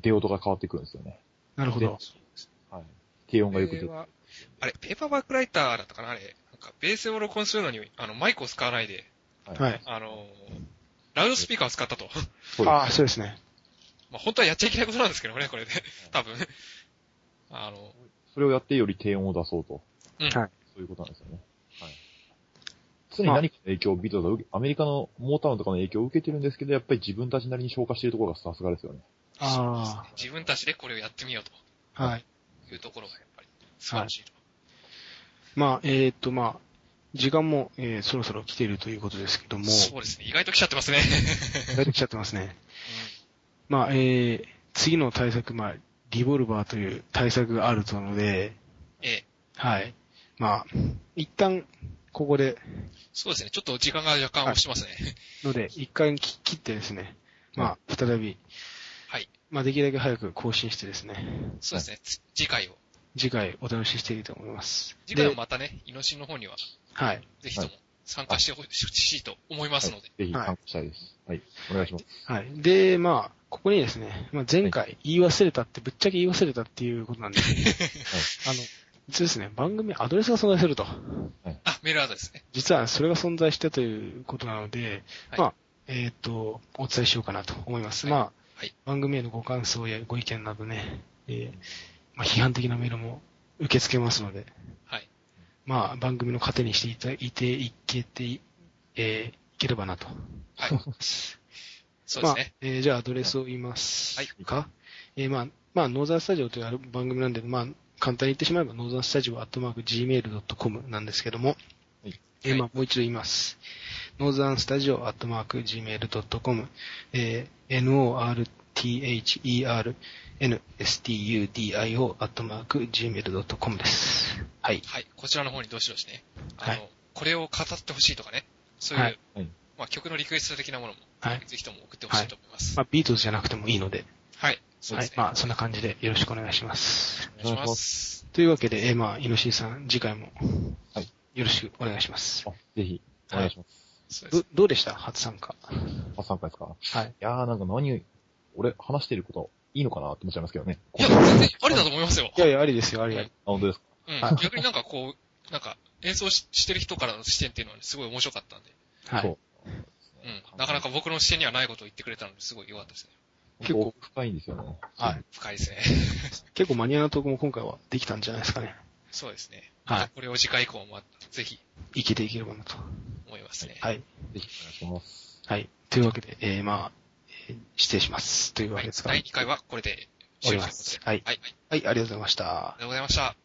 [SPEAKER 3] 出音が変わってくるんですよね。
[SPEAKER 2] なるほど。
[SPEAKER 3] はい。低音
[SPEAKER 1] こ
[SPEAKER 3] がよく出
[SPEAKER 1] れ
[SPEAKER 3] る。
[SPEAKER 1] は、あれ、ペーパーバックライターだったかなあれ。なんか、ベースを録音するのに、あの、マイクを使わないで、
[SPEAKER 2] はい。
[SPEAKER 1] あの、ラウドスピーカーを使ったと。
[SPEAKER 3] そうです
[SPEAKER 2] ああ、そうですね。
[SPEAKER 1] まあ、本当はやっちゃいけないことなんですけどね、これで。多分。あの、
[SPEAKER 3] それをやってより低音を出そうと。
[SPEAKER 1] うん
[SPEAKER 2] はい
[SPEAKER 3] そういうことなんですよね。はい。常に何かの影響をビートルズは受け、アメリカのモータウンとかの影響を受けてるんですけど、やっぱり自分たちなりに消化しているところがさすがですよね。
[SPEAKER 2] あ
[SPEAKER 1] 自分たちでこれをやってみよう
[SPEAKER 2] あ、はい。
[SPEAKER 1] というところがやっぱり素晴らしいと。
[SPEAKER 2] まあ、えーっと、まあ、時間も、えーそろそろ来ているということですけども、
[SPEAKER 1] そうですね。意外と来ちゃって ますね。
[SPEAKER 2] 大体来ちゃってますね。まあ、えー、次の対策、まあ、リボルバーという対策があるとので、
[SPEAKER 1] ええ。
[SPEAKER 2] はい。まあ、一旦、ここで、
[SPEAKER 1] そうですね。ちょっと時間が若干押してますね。
[SPEAKER 2] ので、一回き切ってですね、まあ、再び、
[SPEAKER 1] はい。
[SPEAKER 2] まあ、できるだけ早く更新してですね、
[SPEAKER 1] そうですね。つ次回を。
[SPEAKER 2] 次回お楽しみしていいと思います。
[SPEAKER 1] 次回は
[SPEAKER 2] で
[SPEAKER 1] またね、イノシンの方には、
[SPEAKER 2] はい。
[SPEAKER 1] ぜひとも参加してほしいと思いますので。
[SPEAKER 3] ぜひ参加したいです。はい。お願いします。
[SPEAKER 2] はい。で、まあ、ここにですね、まあ、前回言い忘れたって、ぶっちゃけ言い忘れたっていうことなんですけど、 あの、実はですね、番組アドレスが存在すると。
[SPEAKER 1] あ、メールアドレスね。
[SPEAKER 2] 実はそれが存在してということなので、
[SPEAKER 1] はい
[SPEAKER 2] まあ、えっ、と、お伝えしようかなと思います。
[SPEAKER 1] はい
[SPEAKER 2] まあ、
[SPEAKER 1] はい
[SPEAKER 2] 番組へのご感想やご意見などね、えーまあ、批判的なメールも受け付けますので、
[SPEAKER 1] はい。
[SPEAKER 2] まあ、番組の糧にしていたいていけてい、えーいければなと。
[SPEAKER 1] はい。そうですね。
[SPEAKER 2] まあ、えーじゃあアドレスを言います。
[SPEAKER 1] はい
[SPEAKER 2] か。えーまあ、まあ、ノーザンスタジオというある番組なんで、まあ、簡単に言ってしまえば、ノーザンスタジオアットマーク gmail.com なんですけども、
[SPEAKER 3] はい
[SPEAKER 2] えーまあ、もう一度言います。ノーザンスタジオアットマーク gmail.com、えー northerNSTUDIO アットマーク gmail.com です。はい。
[SPEAKER 1] はい。こちらの方にどしどしね。あ
[SPEAKER 2] は
[SPEAKER 1] の
[SPEAKER 2] い、
[SPEAKER 1] これを語ってほしいとかね。そうい
[SPEAKER 2] は
[SPEAKER 1] う
[SPEAKER 2] い
[SPEAKER 3] はい、
[SPEAKER 1] まあ曲のリクエスト的なものも、
[SPEAKER 2] はい。
[SPEAKER 1] ぜひとも送ってほしいと思います。
[SPEAKER 2] まあ、ビートルズじゃなくてもいいので、
[SPEAKER 1] はい。そう
[SPEAKER 2] は
[SPEAKER 1] で
[SPEAKER 2] い
[SPEAKER 1] す。ね。
[SPEAKER 2] まあ、そんな感じでよろしくお願いします。
[SPEAKER 1] お願いします。
[SPEAKER 2] というわけで、えーまあ、イノシンさん、次回も、
[SPEAKER 3] はい
[SPEAKER 2] よろしくお願いします。
[SPEAKER 3] あ、ぜひ、お願いします。
[SPEAKER 1] そうです
[SPEAKER 2] ど、。どうでした初参加。
[SPEAKER 3] あ、参加ですか
[SPEAKER 2] はい。
[SPEAKER 3] いやーなんか何、俺話してることいいのかなって思っちゃいますけどね。
[SPEAKER 1] いや、全然ありだと思いますよ。
[SPEAKER 2] いやいや、ありですよ、ありあり。
[SPEAKER 3] あ、本当ですか
[SPEAKER 1] うん
[SPEAKER 2] はい
[SPEAKER 1] 逆になんかこう、なんか演奏ししてる人からの視点っていうのはねすごい面白かったんで、
[SPEAKER 2] は
[SPEAKER 3] そう
[SPEAKER 2] い。
[SPEAKER 1] うん、なかなか僕の視点にはないことを言ってくれたのですごい良かったですね。
[SPEAKER 2] 結
[SPEAKER 3] 結
[SPEAKER 2] 構
[SPEAKER 3] 構深いんですよね。
[SPEAKER 2] はい。
[SPEAKER 1] 深いですね。
[SPEAKER 2] 結構マニアなトークも今回はできたんじゃないですかね。
[SPEAKER 1] そうですね。
[SPEAKER 2] は
[SPEAKER 1] これを次回以降もぜひ
[SPEAKER 2] い。生きていければなと。
[SPEAKER 1] 思いますね。
[SPEAKER 2] はい。
[SPEAKER 3] ぜひお願いします。
[SPEAKER 2] はい。というわけで、えーまあ、えー失礼します。というわ
[SPEAKER 1] は
[SPEAKER 2] け
[SPEAKER 1] い
[SPEAKER 2] ですが。は
[SPEAKER 1] 第
[SPEAKER 2] い。
[SPEAKER 1] 2回はこれで終了ということで。
[SPEAKER 2] 終わりますはい
[SPEAKER 1] はい。あり
[SPEAKER 2] ありがとうございました
[SPEAKER 1] が。とうございました。